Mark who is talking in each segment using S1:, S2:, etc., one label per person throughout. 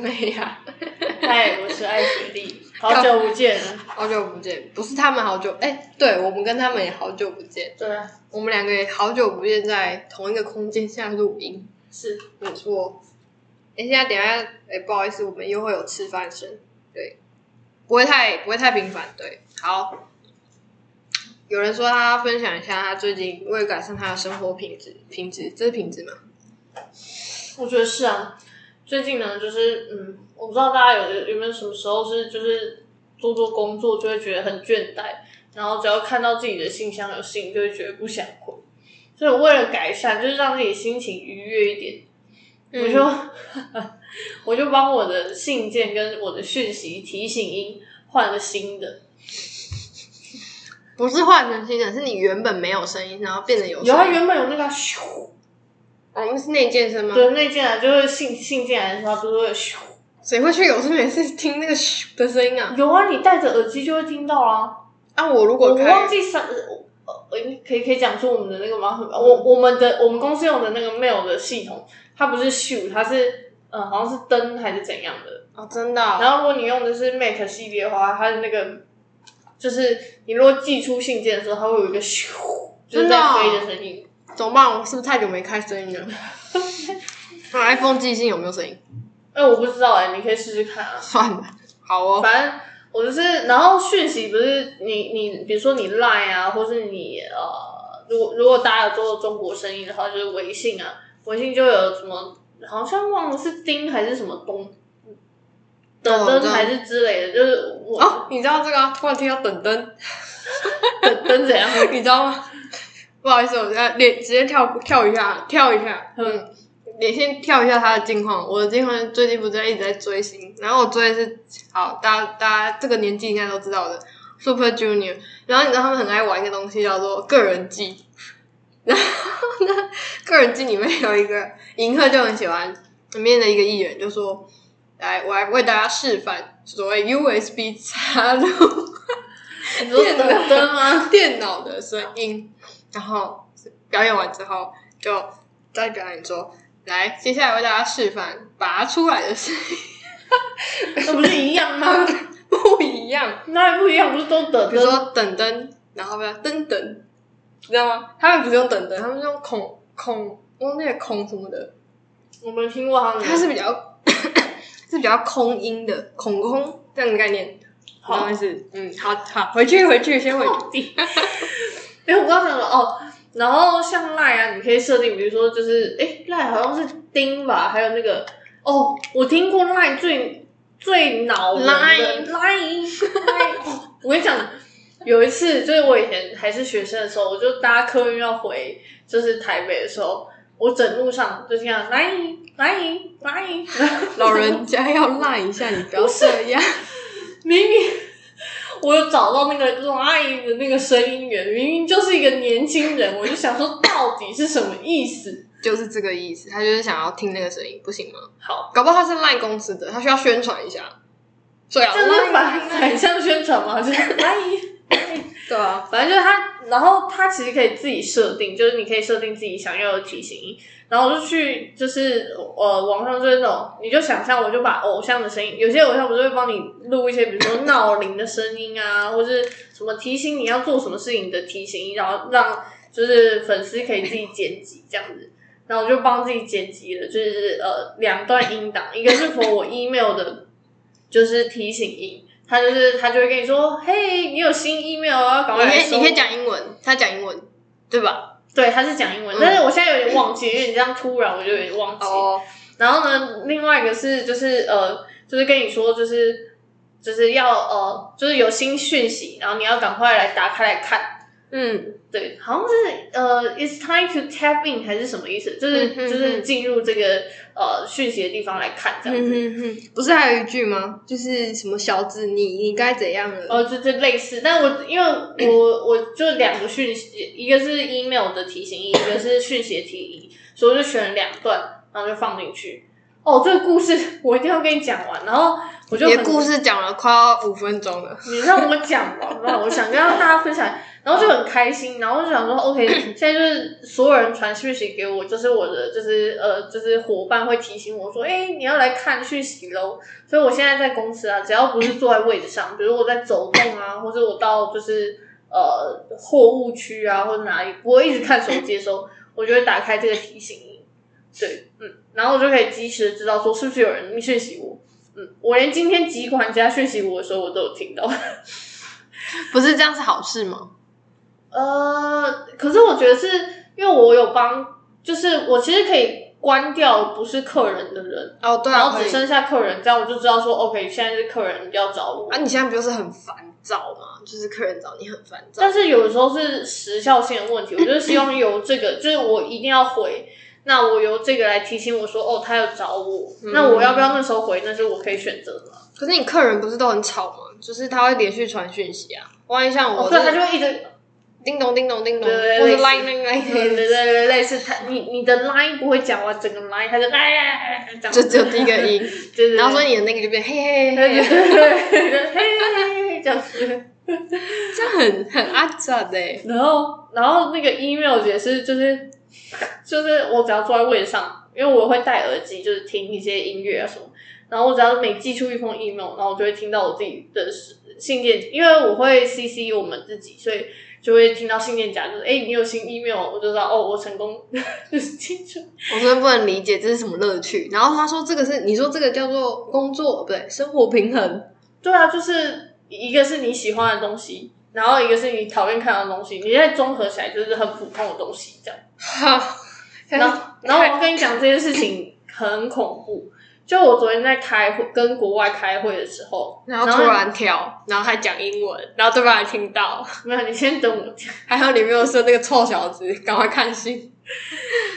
S1: 美呀、
S2: 他也不是爱学历，好久不见了。
S1: 好久不见，不是他们好久，哎、对我们跟他们也好久不见，
S2: 对啊，
S1: 我们两个也好久不见，在同一个空间下录音，
S2: 是
S1: 没错。哎、现在等一下，哎、不好意思，我们又会有吃饭声，对，不会太不会太频繁，对，好。有人说他要分享一下他最近为了改善他的生活品质，品质这是品质吗？
S2: 我觉得是啊。最近呢，就是嗯，我不知道大家有有没有什么时候是就是做做工作就会觉得很倦怠，然后只要看到自己的信箱有信，就会觉得不想回。所以我为了改善，就是让自己心情愉悦一点，我就、 我就帮我的信件跟我的讯息提醒音换了新的。
S1: 不是换成新的，是你原本没有声音，然后变得有声音。
S2: 有啊，原本有那个咻。
S1: 我们是内建啊声吗？
S2: 对，那进来就是信信进
S1: 啊
S2: 来的时候，它不是会咻？
S1: 谁会去有事没事听那个咻的声音啊？
S2: 有啊，你戴着耳机就会听到啊。
S1: 啊，我如
S2: 我
S1: 果开
S2: 忘记上，呃，呃可以可以讲出我们的那个吗？
S1: 嗯
S2: 我我们的我们公司用的那个 mail 的系统，它不是咻，它是呃好像是灯还是怎样的。
S1: 哦，真的哦、
S2: 然后如果你用的是 Mac 系列的话，它的那个就是你如果寄出信件的时候，它会有一个咻，就是
S1: 真的
S2: 在
S1: 哦
S2: 飞的声音。
S1: 怎么办？我是不是太久没开声 音了？那 iPhone 寄信有没有声音？
S2: 哎、我不知道哎、你可以试试看啊。
S1: 算了，好哦。
S2: 反正我就是，然后讯息不是你你，比如说你 Line 啊，或是你呃，如果如果大家有做中国生意的话，就是微信啊，微信就有什么好像忘了是钉还是什么
S1: 哦
S2: 东
S1: 懂
S2: 的
S1: 懂
S2: 灯还是之类的，就是我、
S1: 哦，你知道这个、啊？突然听到等灯，
S2: 灯灯怎样？
S1: 你知道吗？不好意思，我现在连直接跳跳一下，跳一下，
S2: 嗯
S1: 嗯，连先跳一下他的近况。我的近况最近不是一直在追星，然后我追的是好，大家大家这个年纪应该都知道的 Super Junior。然后你知道他们很爱玩一个东西叫做个人季，然后呢，个人季里面有一个银赫就很喜欢里面的一个艺人，就说：“来，我来为大家示范所谓 USB 插入。”
S2: 你说等灯吗？
S1: 电脑的声音，然后表演完之后就在表演说，来，接下来为大家示范拔出来的声音
S2: 那不是一 样吗？
S1: 不一 样，
S2: 那不一样，不是都等
S1: 比如
S2: 灯？
S1: 说等灯，然后不要噔噔，你知道吗？他们不是用等灯，他们是用孔孔，用那个孔什么的，
S2: 我没听过他们的，
S1: 它是比较 是比较空音的孔空这样的概念，
S2: 好
S1: 你懂我意思？嗯，好好，回去回去，先回去。
S2: 底。哎、我刚想了哦，然后像赖啊，你可以设定，比如说就是，哎、赖好像是丁吧，还有那个哦，我听过赖最最恼人的赖
S1: 赖
S2: 赖，哦 我跟你讲，有一次就是我以前还是学生的时候，我就搭客运要回就是台北的时候，我整路上就听到赖赖赖，
S1: 老人家要赖一下，你不要这样。
S2: 明明我有找到那个拉音的那个声音源，明明就是一个年轻人，我就想说到底是什么意思？
S1: 就是这个意思，他就是想要听那个声音，不行吗？
S2: 好，
S1: 搞不好他是赖公司的，他需要宣传一下。对啊，
S2: 这是
S1: 赖
S2: 反反向宣传吗？就是拉音。
S1: 对啊，
S2: 反正就是它，然后它其实可以自己设定，就是你可以设定自己想要的体型音，然后我就去就是呃网上就是那种，你就想象我就把偶像的声音，有些偶像不是会帮你录一些比如说闹铃的声音啊， 或是什么提醒你要做什么事情的提醒音，然后让就是粉丝可以自己剪辑这样子。然后我就帮自己剪辑了，就是呃两段音档，一个 是 for 我 email 的，就是提醒音，他就是他就会跟你说，嘿，你有新 email 啊，赶快
S1: 你
S2: 来
S1: 可以
S2: 收
S1: 你可以讲英文，他讲英文，对吧？
S2: 对，他是讲
S1: 嗯
S2: 英文，但是我现在有点忘记，因为你这样突然我就有点忘记。
S1: 哦，
S2: 然后呢，另外一个是就是呃，就是跟你说就是就是要呃，就是有新讯息，然后你要赶快来打开来看。
S1: 嗯，
S2: 对，好像是呃，it's time to tap in 还是什么意思？就是、
S1: 嗯嗯嗯
S2: 就是进入这个呃讯息的地方来看这样子。
S1: 嗯哼哼，不是还有一句吗？就是什么小子，你你该怎样了？
S2: 哦，就就类似，但我因为我我就两个讯息，一个是 email 的提醒音，一个是讯息的提醒音，所以我就选了两段，然后就放进去。哦，这个故事我一定要跟你讲完。然后我就
S1: 你
S2: 很
S1: 的故事讲了快要五分钟了，
S2: 你让我讲吧，不然我想跟大家分享，然后就很开心，然后就想说，OK，现在就是所有人传讯息给我，就是我的，就是呃，就是伙伴会提醒我说，哎、你要来看讯息喽。所以我现在在公司啊，只要不是坐在位置上，比如我在走动啊，或者我到就是呃货物区啊，或者哪里，不会一直看手机的时候，我就会打开这个提醒音，对，嗯，然后我就可以及时知道说是不是有人讯息我。嗯，我连今天集管家讯息我的时候，我都有听到。
S1: 不是这样是好事吗？
S2: 呃，可是我觉得是因为我有帮，就是我其实可以关掉不是客人的人，
S1: 哦，对
S2: 然
S1: 啊，
S2: 后
S1: 可
S2: 只
S1: 以
S2: 剩下客人，这样我就知道说，OK，现在是客人要找我。
S1: 啊，你现在不就是很烦躁吗？就是客人找你很烦躁，
S2: 但是有的时候是时效性的问题，我就是希望由这个， 就是我一定要回，那我由这个来提醒我说，哦，他要找我，那我要不要那时候回，那是我可以选择的嘛。
S1: 可是你客人不是都很吵吗？就是他会连续传讯息啊，万一像
S2: 哦，
S1: 我
S2: 对，
S1: 是
S2: 他就会一直
S1: 叮咚叮咚叮咚，
S2: 对对
S1: 或
S2: 类
S1: 者
S2: 似
S1: line line line，
S2: 对对对对，类似他，你你的 line 不会讲完整个 line，他就哎哎哎哎这样，
S1: 就只有第一个音，
S2: 对，对 对
S1: 然后所以你的那个就变嘿嘿嘿嘿，
S2: 对，这样子。
S1: 这样很很阿杂的欸，
S2: 然后，然后那个 email 也是，就是就是我只要坐在位置上，因为我会戴耳机，就是听一些音乐啊什么。然后我只要每寄出一封 email，然后我就会听到我自己的信件，因为我会 CC 我们自己，所以就会听到信件夹，就是哎，诶你有新 email，我就知道哦，我成功 就是进出。
S1: 我真的不能理解这是什么乐趣。然后他说这个是你说这个叫做工作不对，生活平衡，
S2: 对啊，就是一个是你喜欢的东西，然后一个是你讨厌看到的东西，你现在综合起来就是很普通的东西这样。
S1: 哈，
S2: 然后，然后我跟你讲这件事情很恐怖。就我昨天在开会，跟国外开会的时候，
S1: 然后突然跳，然后还讲英文，然后对方还听到，
S2: 没有，你先等我讲，
S1: 还好你没有说那个臭小子，赶快看信。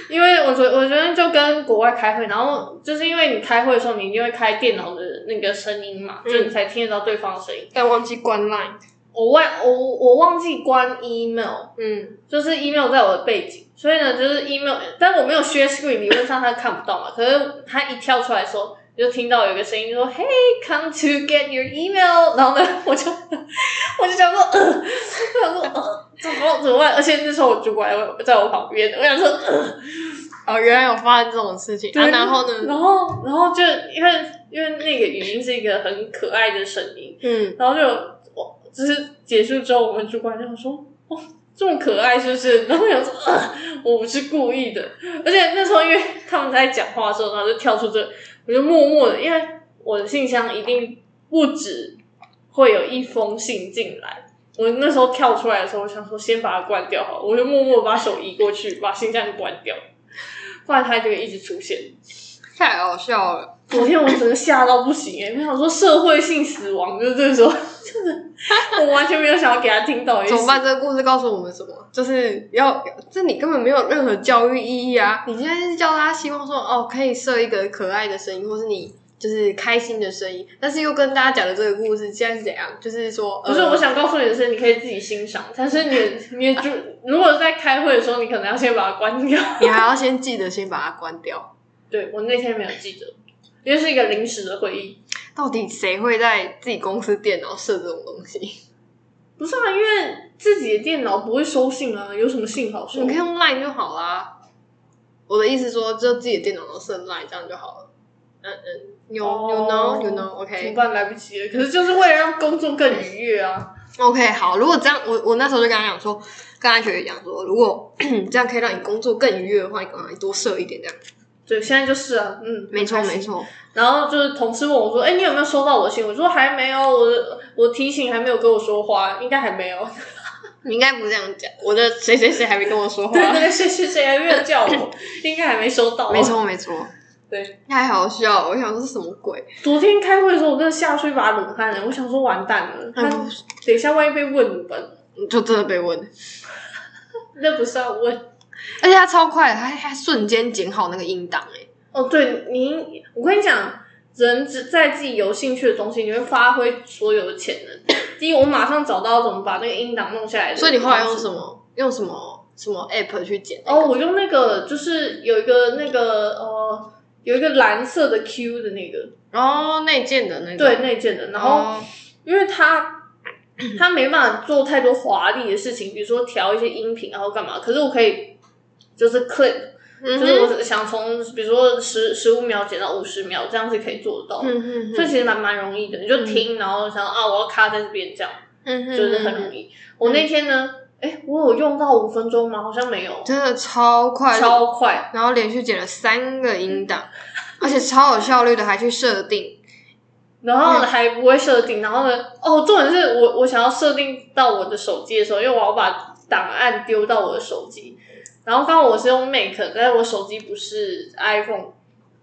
S2: 因为我昨我昨天就跟国外开会，然后就是因为你开会的时候，你一定会开电脑的那个声音嘛，
S1: 嗯
S2: 就你才听得到对方的声音。
S1: 但忘记关 line，
S2: 我忘我我忘记关 email，
S1: 嗯，
S2: 就是 email 在我的背景，所以呢，就是 email，但我没有 share screen，理论上他看不到嘛。可是他一跳出来的时候，你就听到有一个声音说：“Hey, come to get your email。”然后呢，我就我就想说，呃，我想说，呃，怎么怎么办？而且那时候我主管还在我旁边，我想说，呃，
S1: 哦，原来有发生这种事情啊，然后呢？
S2: 然后然后就因为因为那个语音是一个很可爱的声音，
S1: 嗯，
S2: 然后就我就是结束之后，我们主管就想说：“哇，这么可爱是不是？” 然后我想说：“呃，我不是故意的。”而且那时候因为他们在讲话的时候，然后就跳出这个，我就默默的，因为我的信箱一定不止会有一封信进来。我那时候跳出来的时候，我想说先把它关掉好了，我就默默地把手移过去，把信箱关掉，不然它就会一直出现。
S1: 太好笑了。
S2: 昨天我整个吓到不行哎、欸，没想说社会性死亡就是这时候，就是我完全没有想要给他听到的意思
S1: 怎么办？？这个故事告诉我们什么？就是要这你根本没有任何教育意义啊！你现在是教大家希望说哦，可以设一个可爱的声音，或是你就是开心的声音，但是又跟大家讲的这个故事现在是怎样？就是说，呃
S2: 不是，我想告诉你的是，你可以自己欣赏，但是你你就如果在开会的时候，你可能要先把它关掉。
S1: 你还要先记得先把它关掉。
S2: 对我那天没有记得，因为是一个临时的会议。
S1: 到底谁会在自己公司电脑设这种东西？
S2: 不是啊，因为自己的电脑不会收信啊，有什么信好收
S1: 你可以？用 Line 就好啦。我的意思说，就自己的电脑都设 Line 这样就好了。嗯嗯，you you know you know
S2: 哦怎
S1: OK
S2: 么。办？来不及了。可是就是为了让工作更愉悦啊。
S1: OK，好，如果这样，我我那时候就跟他讲说，跟安学姐讲说，如果 这样可以让你工作更愉悦的话，你赶快多设一点这样。
S2: 对，现在就是啊，嗯，
S1: 没错，
S2: 很开心
S1: 没错。
S2: 然后就是同事问我说：“哎、你有没有收到我的信？”我说：“还没有，我的我提醒还没有跟我说话，应该还没有。
S1: 你应该不这样讲，我的谁谁谁还没跟我说”话。
S2: 对对，谁谁谁还没有叫我，应该还没收到。
S1: 没，错，没错。
S2: 对，
S1: 太好笑了，我想说是什么鬼？
S2: 昨天开会的时候，我真的吓出一把冷汗了。我想说完蛋了，他
S1: 嗯
S2: 等一下万一被问怎么办？
S1: 就真的被问，
S2: 那不是要问
S1: 而且他超快的，他他瞬间剪好那个音档、欸，
S2: 哦？对你，我跟你讲，人只在自己有兴趣的东西，你会发挥所有的潜能。第一，我马上找到怎么把那个音档弄下来。
S1: 所以你后来用什？么用什么什么 app 去剪、那欸
S2: 哦，
S1: 个？
S2: 我用那个就是有一个那个呃有一个蓝色的 Q 的那个，
S1: 哦，内建的那个，
S2: 对内建的，然后
S1: 哦
S2: 因为它。它没办法做太多华丽的事情，比如说调一些音频，然后干嘛？可是我可以就是 clip，、
S1: 嗯
S2: 就是
S1: 哼
S2: 我想从比如说十十五秒减到五十秒，这样是可以做得到的。
S1: 嗯哼
S2: 所
S1: 哼
S2: 以其实蛮蛮容易的，你就听，然后想啊，我要卡在这边，这样
S1: 嗯哼，
S2: 就是很容易。我那天呢，哎，我有用到五分钟吗？好像没有，
S1: 真的超快，
S2: 超快。
S1: 然后连续剪了三个音档，而且超有效率的，还去设定。
S2: 然后还不会设定，然后呢，哦，重点是我我想要设定到我的手机的时候，因为我要把档案丢到我的手机。然后刚好我是用 Mac，但是我手机不是 iPhone，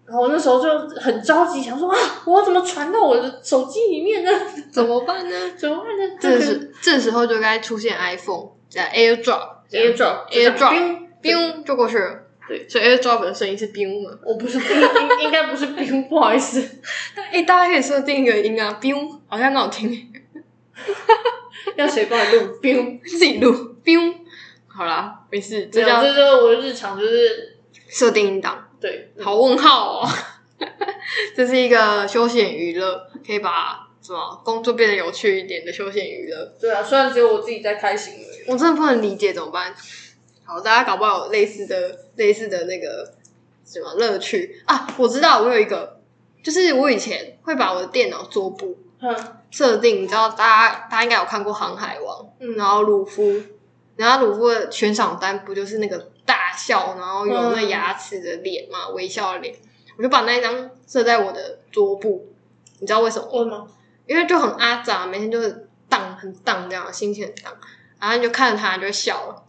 S2: 然后我那时候就很着急，想说啊，我要怎么传到我的手机里面呢？
S1: 怎么办呢？
S2: 怎么办呢？
S1: 这时这时候就该出现 iPhone 在 AirDrop 这样
S2: AirDrop
S1: AirDrop
S2: 冰
S1: ，biu 就过去了。
S2: 对，
S1: 所以 AirDrop 的声音是 biu 嘛？
S2: 我不是应应应该不是冰， 不好意思。
S1: 但哎，大家可以设定一个音啊，biu 好像很好听，
S2: 要谁帮你录冰？
S1: 自己录 biu。好啦，没事，
S2: 这
S1: 这
S2: 样，
S1: 叫
S2: 这就是我的日常，就是
S1: 设定音档。
S2: 对，
S1: 好问号哦， 这是一个休闲娱乐，可以把什么工作变得有趣一点的休闲娱乐。
S2: 对啊。虽然只有我自己在开心而已。
S1: 我真的不能理解怎么办。好，大家搞不好有类似的、类似的那个什么乐趣啊？我知道，我有一个，就是我以前会把我的电脑桌布
S2: 嗯
S1: 设定，你知道，大家大家应该有看过《航海王》，
S2: 嗯
S1: 然后鲁夫，然后鲁夫的悬赏单不就是那个大笑，然后有那牙齿的脸嘛，微笑的脸，我就把那一张设在我的桌布，你知道为什么吗？
S2: 为什么？
S1: 因为就很阿杂，每天就是荡很荡这样，心情很荡，然后你就看着他你就会笑了，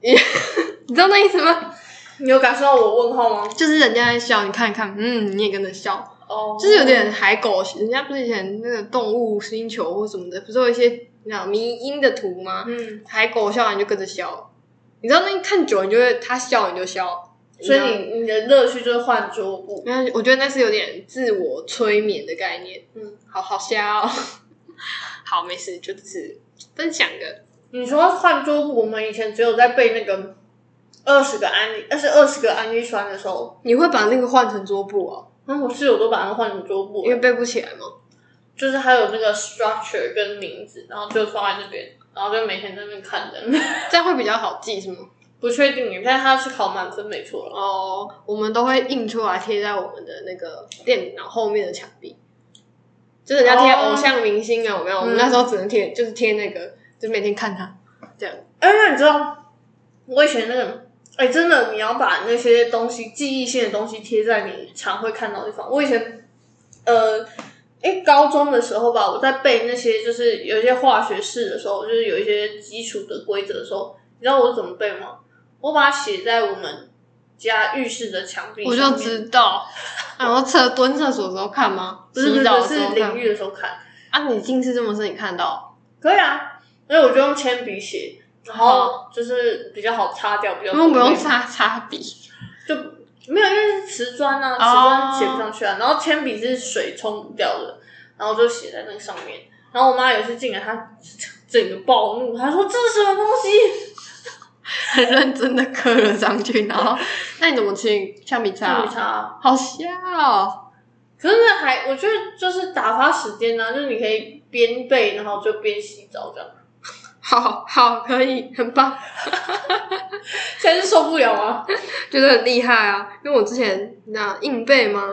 S1: 你知道那意思吗？
S2: 你有感受到我问号吗？
S1: 就是人家在笑，你看一看，嗯，你也跟着笑，
S2: 哦，
S1: 就是有点海狗，人家不是以前那个动物星球或什么的，不是有一些你知道迷因的图吗？
S2: 嗯，
S1: 海狗笑你就跟着笑，你知道那看久了你就会他笑你就笑，
S2: 所以
S1: 知道吗
S2: 你你的乐趣就是换桌布。
S1: 那我觉得那是有点自我催眠的概念，
S2: 嗯，
S1: 好好瞎哦。 好，没事，就只是分享个，
S2: 你说换桌布，我们以前只有在背那个二十个安利，但是二十个安利酸的时候，
S1: 你会把那个换成桌布哦，
S2: 那我室友都把它换成桌布
S1: 因，为背不起来嘛。
S2: 就是还有那个 structure 跟名字，然后就放在这边，然后就每天在那边看的。
S1: 这样会比较好记是吗？
S2: 不确定，但是他是考满分没错了。
S1: 哦，我们都会印出来贴在我们的那个电脑后面的墙壁，就是人家贴
S2: 哦
S1: 偶像明星啊有没有？我们
S2: 嗯
S1: 那时候只能贴，就是贴那个，就每天看他这样。
S2: 哎、那你知道我以前那个，哎、真的，你要把那些东西记忆性的东西贴在你常会看到的地方。我以前，呃，哎、高中的时候吧，我在背那些就是有一些化学式的时候，就是有一些基础的规则的时候，你知道我是怎么背吗？我把它写在我们家浴室的墙壁上
S1: 我
S2: 面，
S1: 就知 道，然后厕蹲厕所的时候看吗？
S2: 不是不
S1: 洗
S2: 是
S1: 澡
S2: 不
S1: 的时
S2: 是
S1: 候看
S2: 淋浴的时候看，
S1: 啊？你近视这么深，你看到？
S2: 可以啊，所以我就用铅笔写。然后就是比较好擦掉，比较
S1: 因为不用
S2: 方便
S1: 擦擦笔，
S2: 就没有，因为是瓷砖啊，
S1: 哦
S2: 瓷砖写不上去啊。然后铅笔是水冲不掉的，然后就写在那个上面。然后我妈有一次进来，她整个暴怒，她说：“这是什么东西
S1: 很认真的刻了上去，然后那你怎么清橡皮？”擦啊？
S2: 橡皮擦啊。
S1: 好笑哦！
S2: 可是那还，我觉得就是打发时间呢、啊，就是你可以边背，然后就边洗澡这样。
S1: 好好可以，很棒，
S2: 现在是受不了啊！
S1: 觉得很厉害啊！因为我之前那硬背吗？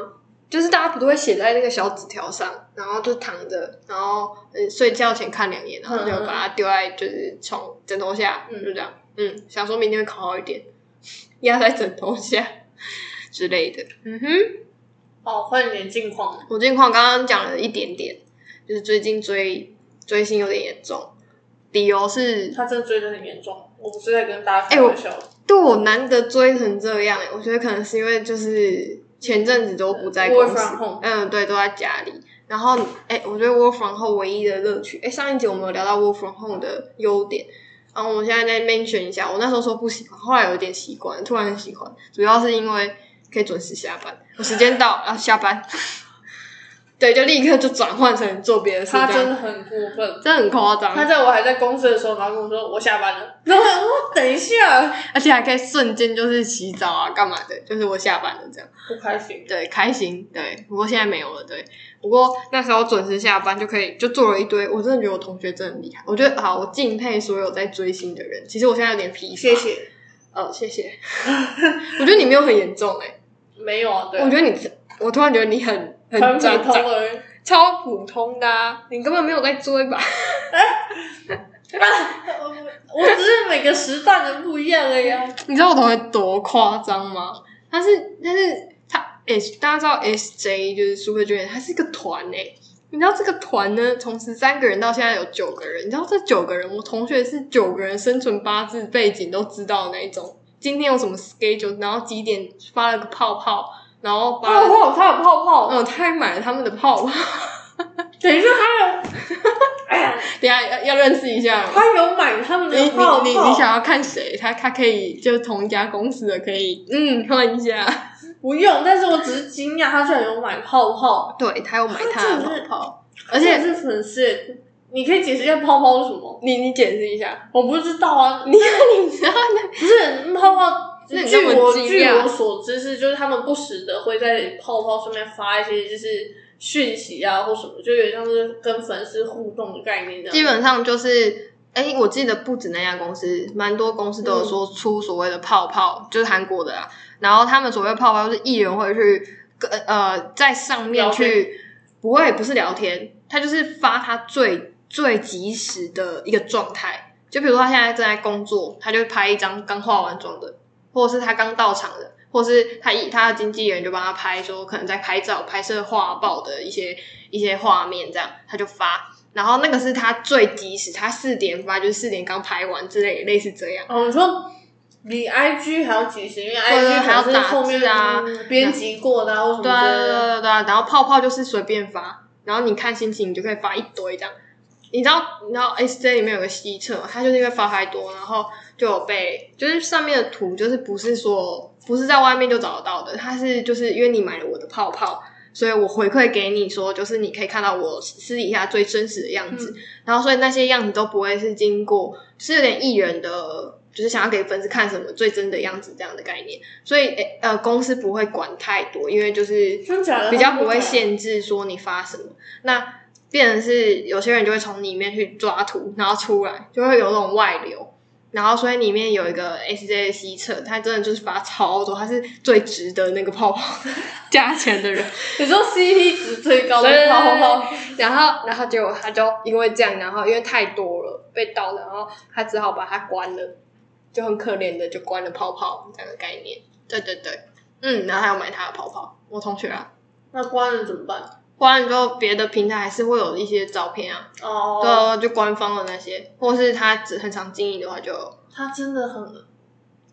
S1: 就是大家不都会写在那个小纸条上，然后就躺着，然后嗯睡觉前看两眼，然后就把它丢在就是床枕头下，
S2: 嗯
S1: 就这样，嗯，想说明天会考好一点，压在枕头下 之类的，嗯哼。
S2: 哦，换点近况了。
S1: 我近况刚刚讲了一点点，就是最近追追星有点严重，理由是
S2: 他真的追得很严重，我不是在跟大家开
S1: 哎我
S2: 玩笑。
S1: 对我难得追成这样、欸我觉得可能是因为就是前阵子都不在公
S2: 呃 Work
S1: 司
S2: from，home
S1: 嗯，对，都在家里。然后，哎、我觉得 work from home 唯一的乐趣，哎、上一集我们有聊到 work from home 的优点，然后我们现在再 mention 一下，我那时候说不喜欢，后来有点习惯，突然很喜欢，主要是因为可以准时下班，我时间到，然后下班。啊 对，就立刻就转换成做别的事，
S2: 他
S1: 这
S2: 真
S1: 样
S2: 的很过分。
S1: 真的很夸张
S2: 他，在我还在公司的时候，然后跟我说我下班了，然后我想说等一下，
S1: 而且还可以瞬间就是洗澡啊，干嘛的，就是我下班了这样。
S2: 不开心。
S1: 对，开心，对。不过现在没有了，对。不过那时候准时下班就可以，就做了一堆。我真的觉得我同学真的很厉害，我觉得好，我敬佩所有在追星的人。其实我现在有点疲乏，
S2: 谢。谢。
S1: 呃，谢谢。我觉得你没有很严重哎、
S2: 没有啊，对啊，
S1: 我觉得你，我突然觉得你很很
S2: 很
S1: 渣
S2: 普
S1: 渣
S2: 通而已。
S1: 超普通的、啊，你根本没有在追吧？
S2: 我只是每个时段的不一样而已啊。
S1: 你知道我同学多夸张吗？他是，但是他 S 大家知道 SJ 就是 Super Junior，他是一个团哎、你知道这个团呢，从十三个人到现在有九个人。你知道这九个人，我同学是九个人生存八字背景都知道的那一种。今天有什么 schedule，然后几点发了个泡泡，然后发
S2: 泡
S1: 了，
S2: 泡，他有泡泡。
S1: 嗯，他还买了他们的泡 泡。
S2: 等一下，他 有
S1: 等一下要要认识一下吗。
S2: 他有买他们
S1: 你你
S2: 的泡泡。
S1: 你你想要看谁？他他可以就是同一家公司的，可以嗯换一下。
S2: 不用，但是我只是惊讶，他居然有买泡泡，
S1: 对他有买他的
S2: 他真的
S1: 泡
S2: 是
S1: 泡，而且
S2: 真的是粉丝。你可以解释一下泡泡是什么？
S1: 你你解释一 下，
S2: 我不知道啊，
S1: 你看你知道那
S2: 不是泡泡。
S1: 那你
S2: 据
S1: 这么
S2: 我
S1: 惊
S2: 据
S1: 讶
S2: 我所知是，就是他们不时的会在泡泡上面发一些就是讯息啊或什么，就有点像是跟粉丝互动的概念这样。
S1: 基本上就是，哎、我记得不止那家公司，蛮多公司都有说出所谓的泡泡，就是韩国的啊。然后他们所谓的泡泡，就是艺人会去跟呃在上面
S2: 聊天
S1: 去，不会不是聊天，他就是发他最最及时的一个状态。就比如说他现在正在工作，他就拍一张刚化完妆的，或者是他刚到场的，或是他以他的经纪人就帮他拍说可能在拍照拍摄画报的一些一些画面，这样他就发。然后那个是他最及时，他四点发就是四点刚拍完之类，类似这样。
S2: 哦，你说比 IG 还要及时，因为
S1: 对对
S2: IG
S1: 还要
S2: 可能是后面
S1: 打字啊
S2: 嗯编辑过的啊，或什么
S1: 对啊对啊
S2: 之类
S1: 对啊
S2: 的。
S1: 对啊，然后泡泡就是随便发，然后你看心情，你就可以发一堆这样。你知道，你知道 S J 里面有个西侧，它就是因为发太多，然后就有被，就是上面的图就是不是说不是在外面就找得到的，它是就是因为你买了我的泡泡，所以我回馈给你说，就是你可以看到我私底下最真实的样子，然后所以那些样子都不会是经过，就是有点艺人的，就是想要给粉丝看什么最真的样子这样的概念，所以诶呃公司不会管太多，因为就是
S2: 真假的
S1: 比较不会限制说你发什么，那变成是有些人就会从里面去抓图，然后出来就会有那种外流。然后，所以里面有一个 S J 的西侧，他真的就是发超多，他是最值得那个泡泡 加钱的人。
S2: 你说 CP 值最高的
S1: 对
S2: 泡泡，
S1: 然后，然后结果他就因为这样，然后因为太多了被盗，然后他只好把它关了，就很可怜的就关了泡泡这样的概念。对对对，嗯，然后还有买他的泡泡，我同学啊，
S2: 那关了怎么办？
S1: 关了之后别的平台还是会有一些照片啊，对
S2: 哦，
S1: 啊，就官方的那些，或是他只很常经营的话就，
S2: 他真的很，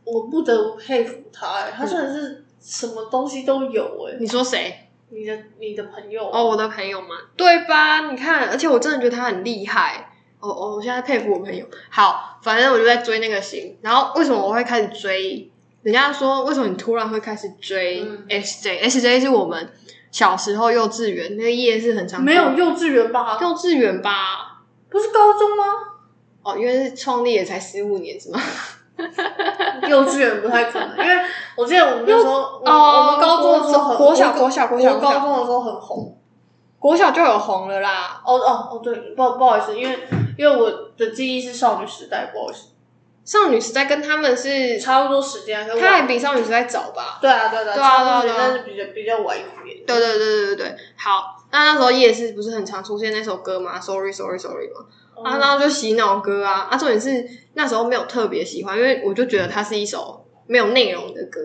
S2: 我不得不佩服他、欸，他真的是什么东西都有哎、
S1: 你说谁？
S2: 你的你的朋友啊
S1: 哦，，我的朋友嘛，对吧？你看，而且我真的觉得他很厉害。哦哦，我现在佩服我朋友。好，反正我就在追那个型。然后为什么我会开始追？人家说为什么你突然会开始追
S2: 嗯
S1: SJ？SJ、是我们小时候幼稚园那个夜市很常
S2: 没有
S1: 逛
S2: 幼稚园吧？
S1: 幼稚园吧？
S2: 不是高中吗？
S1: 哦，因为是创立也才十五年是吗？
S2: 幼稚园不太可能，因为我记得我们那时候，我
S1: 哦
S2: 我们高中的时候很
S1: 国小
S2: 我
S1: 国小国小
S2: 我
S1: 国小
S2: 高中的时候很红，
S1: 国小就有红了啦。
S2: 哦哦哦，对，不不好意思，因为因为我的记忆是少女时代，不好意思，
S1: 少女时代跟他们是，
S2: 差不多时间啊，可是我
S1: 他还比少女时代早吧？
S2: 对啊对啊对
S1: 对啊
S2: 差不
S1: 对
S2: 多
S1: 啊
S2: 时间，
S1: 对啊
S2: 但是比较比较晚一点。
S1: 对对对对对对，好，那那时候夜市不是很常出现那首歌吗？Sorry Sorry Sorry 吗？
S2: 嗯
S1: 啊，然后就洗脑歌啊，啊，重点是那时候没有特别喜欢，因为我就觉得它是一首没有内容的歌。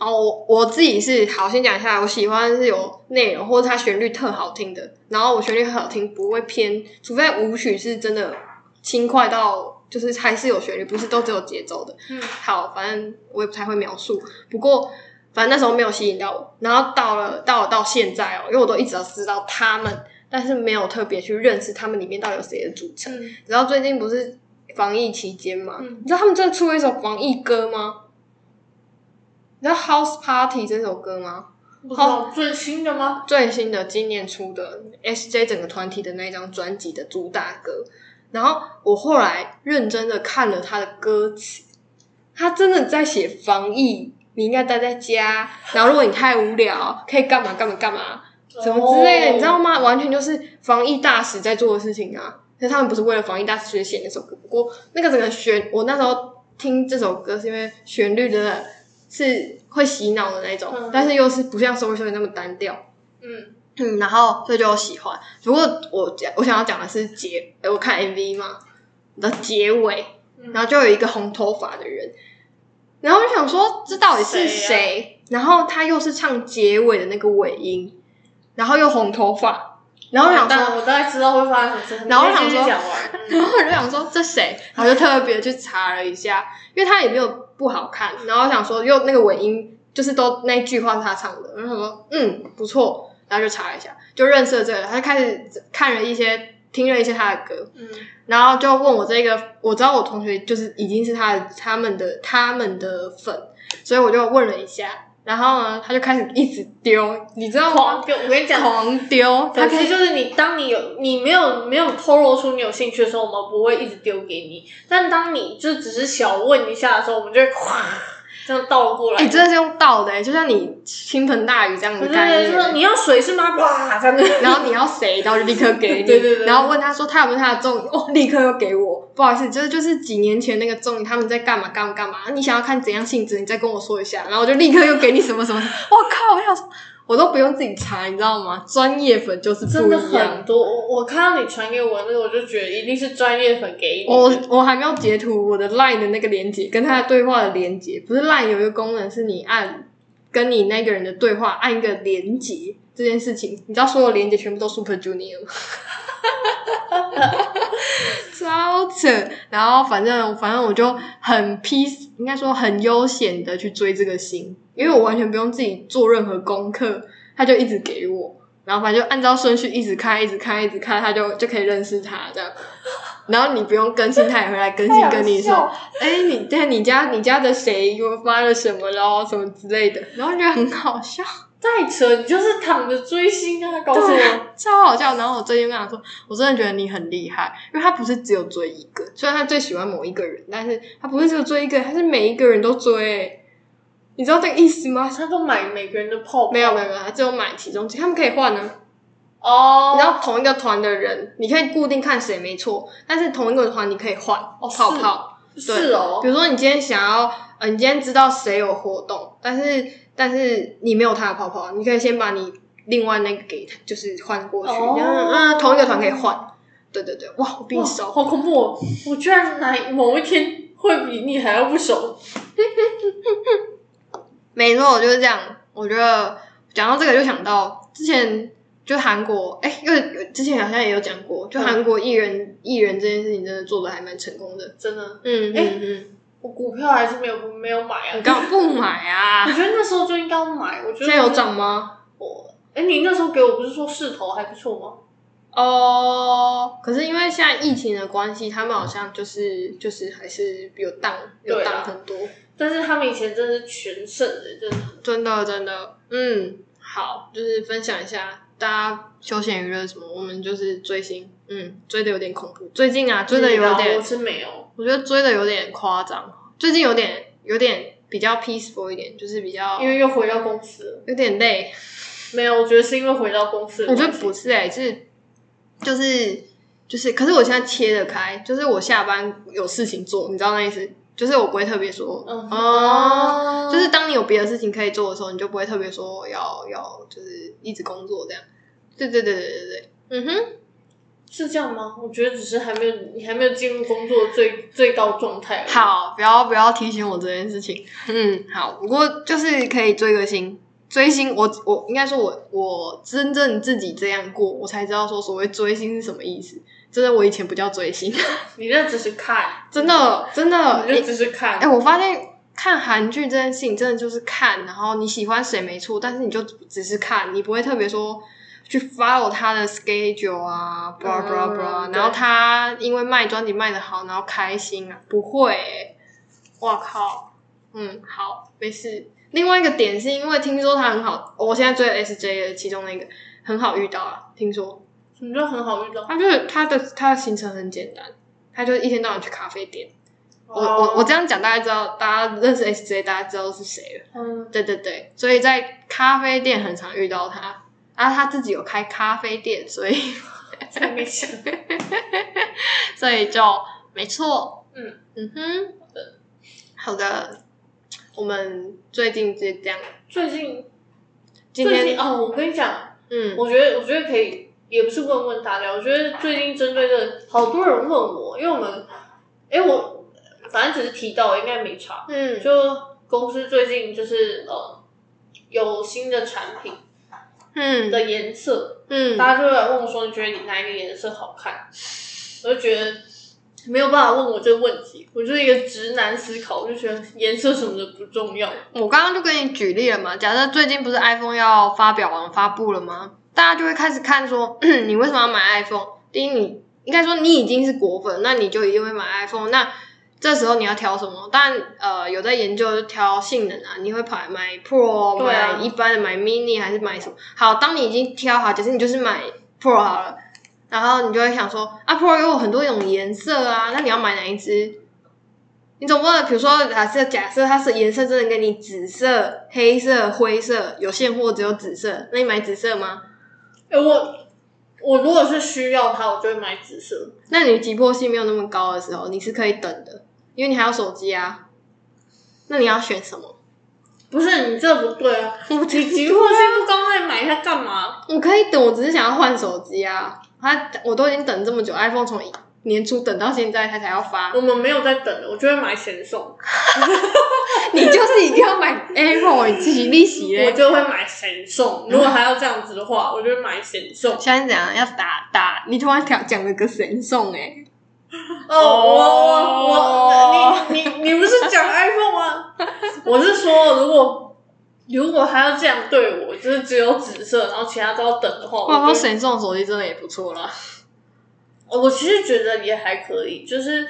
S1: 然后我我自己是好，先讲一下，我喜欢是有内容或者它旋律特好听的，然后我旋律很好听不会偏，除非舞曲是真的轻快到就是还是有旋律，不是都只有节奏的。
S2: 嗯，
S1: 好，反正我也不太会描述。不过，反正那时候没有吸引到我。然后到了到了到现在哦，因为我都一直要知道他们，但是没有特别去认识他们里面到底有谁的组成。
S2: 嗯
S1: 然后最近不是防疫期间嘛，
S2: 嗯
S1: 你知道他们真的出了一首防疫歌吗？你知道《House Party》这首歌吗？
S2: 不知道最新的吗？
S1: 最新的今年出的 SJ 整个团体的那一张专辑的主打歌，然后我后来认真的看了他的歌词，他真的在写防疫，你应该待在家，然后如果你太无聊，可以干嘛干嘛干嘛，什么之类的，
S2: 哦
S1: 你知道吗？完全就是防疫大使在做的事情啊！但他们不是为了防疫大使去写那首歌，不过那个整个旋，我那时候听这首歌是因为旋律真的是会洗脑的那种，
S2: 嗯
S1: 但是又是不像《社会秀》那么单调。
S2: 嗯，
S1: 嗯，然后所以就有喜欢。不过我讲我想要讲的是结，呃我看 MV 嘛的结尾，
S2: 嗯
S1: 然后就有一个红头发的人，然后我就想说这到底是谁？然后他又是唱结尾的那个尾音，然后又红头发，然后我想
S2: 完蛋
S1: 说
S2: 了，我大概知道会发生什么事。
S1: 然后
S2: 你可
S1: 想
S2: 以继续
S1: 说
S2: 讲完， 嗯
S1: 然后我就想说这谁，然后就特别去查了一下，因为他也没有不好看，然后我想说又那个尾音就是都那一句话是他唱的，然后想说嗯不错，然后就查了一下，就认识了这个人，他就开始看了一些听了一些他的歌，
S2: 嗯
S1: 然后就问我这个，我知道我同学就是已经是他的他们的他们的粉，所以我就问了一下，然后呢他就开始一直丢，你知道吗？
S2: 狂丢，我跟你讲，
S1: 狂丢，他
S2: 可
S1: 可
S2: 惜
S1: 以
S2: 就是你，当你有你没有没有透露出你有兴趣的时候，我们不会一直丢给你。但当你就只是小问一下的时候，我们就会 哗这样倒过来。
S1: 哎、真的是用倒的、欸，就像你倾盆大雨这样的
S2: 对对
S1: 概念、
S2: 对，就说你要水是吗？哇，这样子。
S1: 然后你要谁，然后就立刻给你。
S2: 对对对
S1: 然后问他说他有没有他的综艺， 哦，立刻又给我。不好意思，就是就是几年前那个综艺，他们在干嘛干嘛干嘛？你想要看怎样性质，你再跟我说一下，然后我就立刻又给你什么什么。 我靠，我想说，我都不用自己查，你知道吗？专业粉就是
S2: 真
S1: 不
S2: 的
S1: 一样。
S2: 很多，我我看到你传给我那个，我就觉得一定是专业粉给你的。
S1: 我我还没有截图我的 LINE 的那个连接，跟他的对话的连接，不是 LINE 有一个功能是你按跟你那个人的对话按一个连接这件事情，你知道所有连接全部都 Super Junior 吗？ 超扯！然后反正反正我就很 peace，应该说很悠闲的去追这个星，因为我完全不用自己做任何功课，他就一直给我，然后反正就按照顺序一直看，一直看，一直看，他就就可以认识他这样。然后你不用更新，他也会来更新，跟你
S2: 太
S1: 说
S2: 好笑，
S1: 哎，你在你家你家的谁又发了什么咯，什么之类的，然后觉得很好笑。
S2: 再扯，你就是躺着追星啊！告诉
S1: 对
S2: 我
S1: 啊， 超好笑。然后我最近跟他说，我真的觉得你很厉害，因为他不是只有追一个，虽然他最喜欢某一个人，但是他不是只有追一个，他是每一个人都追、你知道这个意思吗？
S2: 他都买每个人的泡泡，
S1: 没有没有没有，他只有买其中几，他们可以换啊呢、
S2: 哦，
S1: 然后同一个团的人，你可以固定看谁没错，但是同一个团你可以换
S2: 哦是
S1: 泡泡。
S2: 是哦
S1: 比，如说你今天想要，呃，你今天知道谁有活动，但是但是你没有他的泡泡，你可以先把你另外那个给他，就是换过去，
S2: 哦
S1: 然后嗯，同一个团可以换。对对对，哇，我比你
S2: 哇
S1: 熟，
S2: 好恐怖、哦！我居然哪某一天会比你还要不熟。
S1: 没错，我就是这样。我觉得讲到这个，就想到之前就韩国，哎、因为之前好像也有讲过，就
S2: 嗯
S1: 韩国艺人艺、人这件事情真的做的还蛮成功的。
S2: 真的，
S1: 嗯，
S2: 哎
S1: 嗯嗯，
S2: 我股票还是没有没有买啊
S1: 你。干嘛不买
S2: 我
S1: 啊？
S2: 觉得那时候 就应该要买。我觉得
S1: 现在有涨吗？
S2: 我，哎、你那时候给我不是说势头还不错吗？
S1: 哦，可是因为现在疫情的关系，他们好像就是就是还是有荡有
S2: 对啊
S1: 荡很多，
S2: 但是他们以前真的是全胜的，真的。
S1: 真的真的，嗯，好，就是分享一下大家休闲娱乐什么，我们就是追星，嗯，追的有点恐怖，最近啊追的有
S2: 我
S1: 点，
S2: 是没有。
S1: 我觉得追的有点夸张，最近有点有点比较 peaceful 一点，就是比较
S2: 因为又回到公司了，
S1: 有点累，
S2: 没有，我觉得是因为回到公司的
S1: 我
S2: 关系。
S1: 觉得不是哎、是就是就是，可是我现在切得开，就是我下班有事情做，你知道那意思？就是我不会特别说，
S2: 嗯
S1: 哦，
S2: 哦
S1: 就是当你有别的事情可以做的时候，你就不会特别说要要就是一直工作这样。对对对对对对，嗯哼，
S2: 是这样吗？我觉得只是还没有，你还没有进入工作最最高状态而已。
S1: 好，不要不要提醒我这件事情。嗯，好，不过就是可以追个星。追星，我我应该说我，我真正自己这样过，我才知道说所谓追星是什么意思。真的，我以前不叫追星，
S2: 你那只是看，
S1: 真的真的，
S2: 你就
S1: 哎、
S2: 只是看。
S1: 哎我发现看韩剧这件事情真的就是看，然后你喜欢谁没错，但是你就只是看，你不会特别说去 follow 他的 schedule 啊，blah blah blah，、
S2: 嗯
S1: 然后
S2: 对
S1: 他因为卖专辑卖的好，然后开心啊，不会、欸，哇靠，嗯，好，没事。另外一个点是因为听说它很好，我现在追的 SJ 的其中那个很好遇到啊，听说
S2: 你就很好遇到。
S1: 它就是它的它的行程很简单，它就是一天到晚去咖啡店。我
S2: 哦
S1: 我我这样讲，大家知道，大家认识 SJ，大家知道是谁了。
S2: 嗯，
S1: 对对对，所以在咖啡店很常遇到他，然后他自己有开咖啡店，所以
S2: 才没想。
S1: 所以就没错，
S2: 嗯
S1: 嗯哼，好的，我们最近就这样，
S2: 最近
S1: 今
S2: 最
S1: 天
S2: 近哦，我跟你讲，
S1: 嗯
S2: 我觉得我觉得可以，也不是问问大家，我觉得最近针对这个，好多人问我，因为我们，哎，我反正只是提到，应该没查。
S1: 嗯
S2: 就公司最近就是呃有新的产品
S1: 嗯
S2: 的颜色，
S1: 嗯，
S2: 大家就会来问我说，你觉得你哪一个颜色好看？我就觉得。没有办法问我这个问题，我就是一个直男思考，我就觉得颜色什么的不重要。
S1: 我刚刚就跟你举例了嘛，假设最近不是 iPhone 要发表完发布了吗？大家就会开始看说， 你为什么要买 iPhone？第一，你应该说你已经是果粉，那你就一定会买 iPhone。那这时候你要挑什么？但呃，有在研究就挑性能啊，你会买买 Pro，
S2: 对啊
S1: 买一般的，买 Mini 还是买什么？好，当你已经挑好，假设你就是买 Pro 好了，然后你就会想说，啊，Pro 有很多种颜色啊，那你要买哪一支？你总不能，比如说，假设假设它是颜色真的给你紫色、黑色、灰色，有现货只有紫色，那你买紫色吗？
S2: 哎、我我如果是需要它，我就会买紫色。
S1: 那你急迫性没有那么高的时候，你是可以等的，因为你还有手机啊。那你要选什么？
S2: 不是你这不对啊！你急迫性不高，那你买它干嘛？
S1: 我可以等，我只是想要换手机啊。它我都已经等这么久，iPhone 从年初等到现在，它才要发
S2: 我。们没有在等的，我就会买咸送，
S1: 你就是一定要买 iPhone，你自己利息
S2: 我
S1: 嘞。
S2: 就会买咸送。如果还要这样子的话，我就会买咸送。
S1: 现在怎样？要打打？你突然讲讲了个神送哎、
S2: 哦，
S1: 哦
S2: 我我我，你你你不是讲 iPhone 吗？我是说，如果如果还要这样对我，就是只有紫色，然后其他都要等的话，
S1: 话
S2: 我
S1: 说
S2: 就
S1: 神送手机真的也不错啦。
S2: 我其实觉得也还可以，就是，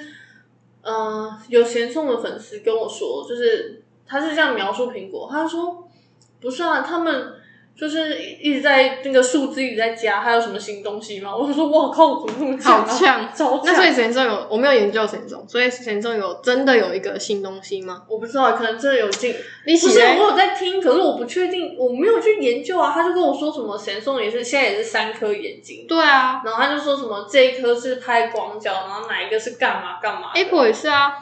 S2: 嗯、有咸送的粉丝跟我说，就是他是这样描述苹果，他说不是啊，他们就是一直在那个数字一直在加，还有什么新东西吗？ 我就说哇靠，我怎么这么强、啊？
S1: 好呛
S2: 超
S1: 那所以
S2: 呛！
S1: 神送有，我没有研究神送，所以神送有真的有一个新东西吗？
S2: 我不知道，可能真的有进，
S1: 利
S2: 不
S1: 息
S2: 是
S1: 嘞
S2: 我有在听，可是我不确定，我没有去研究啊。他就跟我说什么咸送也是现在也是三颗眼睛，
S1: 对啊
S2: 然后他就说什么这一颗是拍广角，然后哪一个是干嘛干嘛的
S1: ，Apple 也是啊，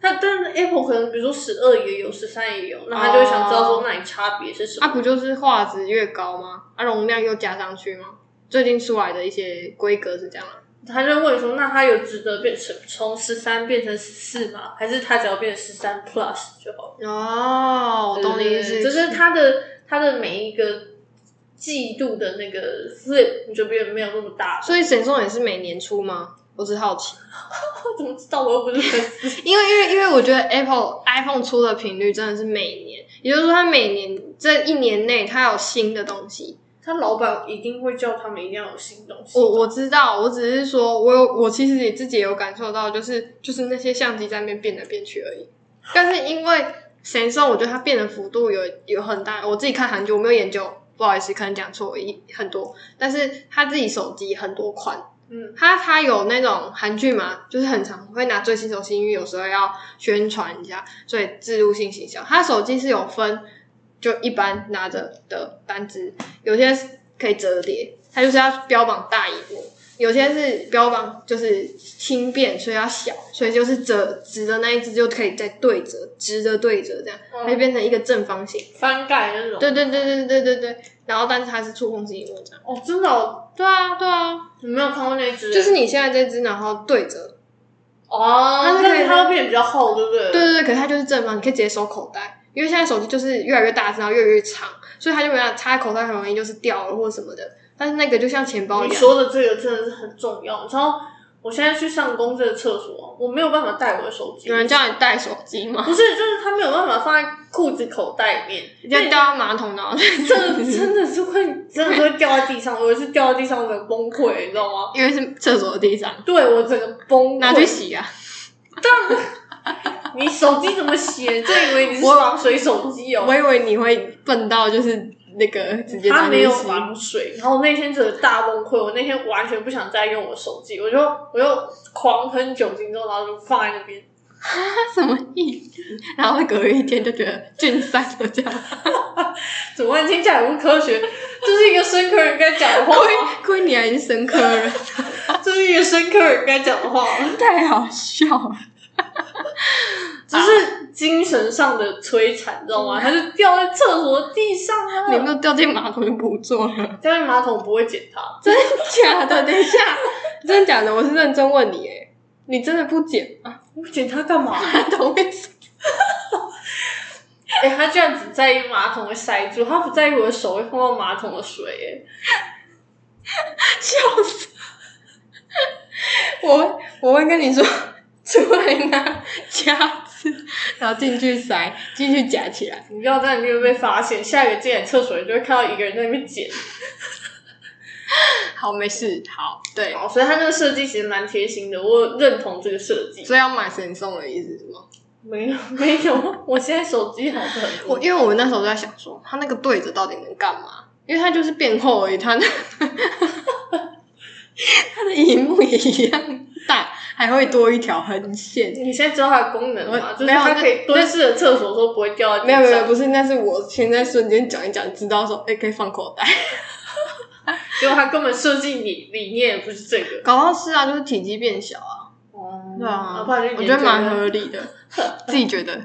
S2: 他但是 Apple 可能比如说十二也有，十三也有，那他就会想知道说那你差别是什
S1: 它、
S2: 么？
S1: 啊不就是画质越高吗？啊，容量又加上去吗？最近出来的一些规格是这样啊。
S2: 他就问你说，那它有值得变成从十三变成十四吗？还是它只要变成十三 Plus 就好了？
S1: 哦，我懂你意思，
S2: 就是它的它的每一个季度的那个 flip 就变没有那么大。
S1: 所以神送也是每年出吗？我只好奇，
S2: 我怎么知道？我又不是粉 丝。
S1: 因为因为因为我觉得 Apple iPhone 出的频率真的是每年，也就是说它每年这一年内它有新的东西，
S2: 他老板一定会叫他们一定要有新东西。
S1: 我我知道，我只是说，我有我其实也自己也有感受到，就是就是那些相机在那边变来变去而已。但是因为神送，我觉得它变的幅度有有很大。我自己看韩剧，我没有研究，不好意思，可能讲错一很多。但是他自己手机很多款，
S2: 嗯
S1: 他他有那种韩剧嘛，就是很常会拿最新手机，因为有时候要宣传一下，所以植入性行销。他手机是有分，就一般拿着的单只，有些是可以折叠，它就是要标榜大荧幕；有些是标榜就是轻便，所以要小，所以就是折直的那一只就可以再对折，直的对折这样，
S2: 哦
S1: 它就变成一个正方形。
S2: 翻盖那种。
S1: 对对对对对对对。然后，但是它是触控式荧幕这样。
S2: 哦，真的哦，
S1: 对啊，对啊，
S2: 你没有看过那只？
S1: 就是你现在这只，然后对折。
S2: 哦，
S1: 它是可以
S2: 但是它会变得比较厚，对不对？
S1: 对对对，可是它就是正方，你可以直接收口袋，因为现在手机就是越来越大只，然后越来越长，所以它就没办法插在口袋，很容易就是掉了或什么的。但是那个就像钱包一
S2: 你
S1: 样，
S2: 说的这个真的是很重要。你知道，我现在去上公司的厕所，我没有办法带我的手机。
S1: 有人叫你带手机吗？
S2: 不是，就是他没有办法放在裤子口袋里面，
S1: 你就掉到马桶然后
S2: 这真的是会，真的是会掉在地上。我有一次掉在地上，我整个崩溃，你知道吗？
S1: 因为是厕所的地上，
S2: 对我整个崩溃。
S1: 拿去洗啊。
S2: 你手手机怎么写？就以为你是防水手机哦。
S1: 我以为你会笨到就是那个直接
S2: 它
S1: 拿
S2: 没
S1: 去
S2: 有
S1: 洗。
S2: 防水，然后我那天真的大崩溃，我那天完全不想再用我手机，我就我就狂喷酒精之后，然后就放在那边。
S1: 什么意思？然后隔一天就觉得菌散了这样，
S2: 怎么办听起来很不科学？这是一个生科人该讲的话吗，
S1: 亏你还是生科人，
S2: 这是一个生科人该讲的话吗，
S1: 太好笑了。
S2: 只是精神上的摧残，你知道吗？他就掉在厕所地上啊！
S1: 你们都掉进马桶就不做了，
S2: 掉在马桶不会捡它，
S1: 真假的？等一下，真的假的？我是认真问你，哎，你真的不捡吗？
S2: 我捡它干嘛？
S1: 马桶会死
S2: 哎、他居然只在意马桶会塞住，他不在意我的手会碰到马桶的水、哎
S1: 笑死！我会我会跟你说，出来拿夹子，然后进去塞，进去夹起来
S2: 哎，。你不要在里面被发现。下一个进来厕所，你就会看到一个人在那边捡。
S1: 好，没事，好，对，
S2: 哦，所以他那个设计其实蛮贴心的，我认同这个设计。
S1: 所以要买神送的意思是吗？
S2: 没有没有，我现在手机好的很多。
S1: 我因为我那时候在想说，它那个对折到底能干嘛？因为它就是变厚而已，它的 它的荧幕也一样大，还会多一条横线。
S2: 你现在知道它的功能吗？
S1: 我
S2: 就是
S1: 没有
S2: 它
S1: 那
S2: 可以蹲式的厕所的时候不会掉在地
S1: 没有
S2: 上。
S1: 没有，不是，那是我现在瞬间讲一讲，知道说，哎、可以放口袋。
S2: 结果它根本设计理理念也不是这个。
S1: 搞到是啊，就是体积变小啊，
S2: 哦
S1: 对啊，
S2: 不然就
S1: 我
S2: 研
S1: 觉
S2: 究
S1: 得蛮
S2: 它
S1: 合理的， 自己觉得。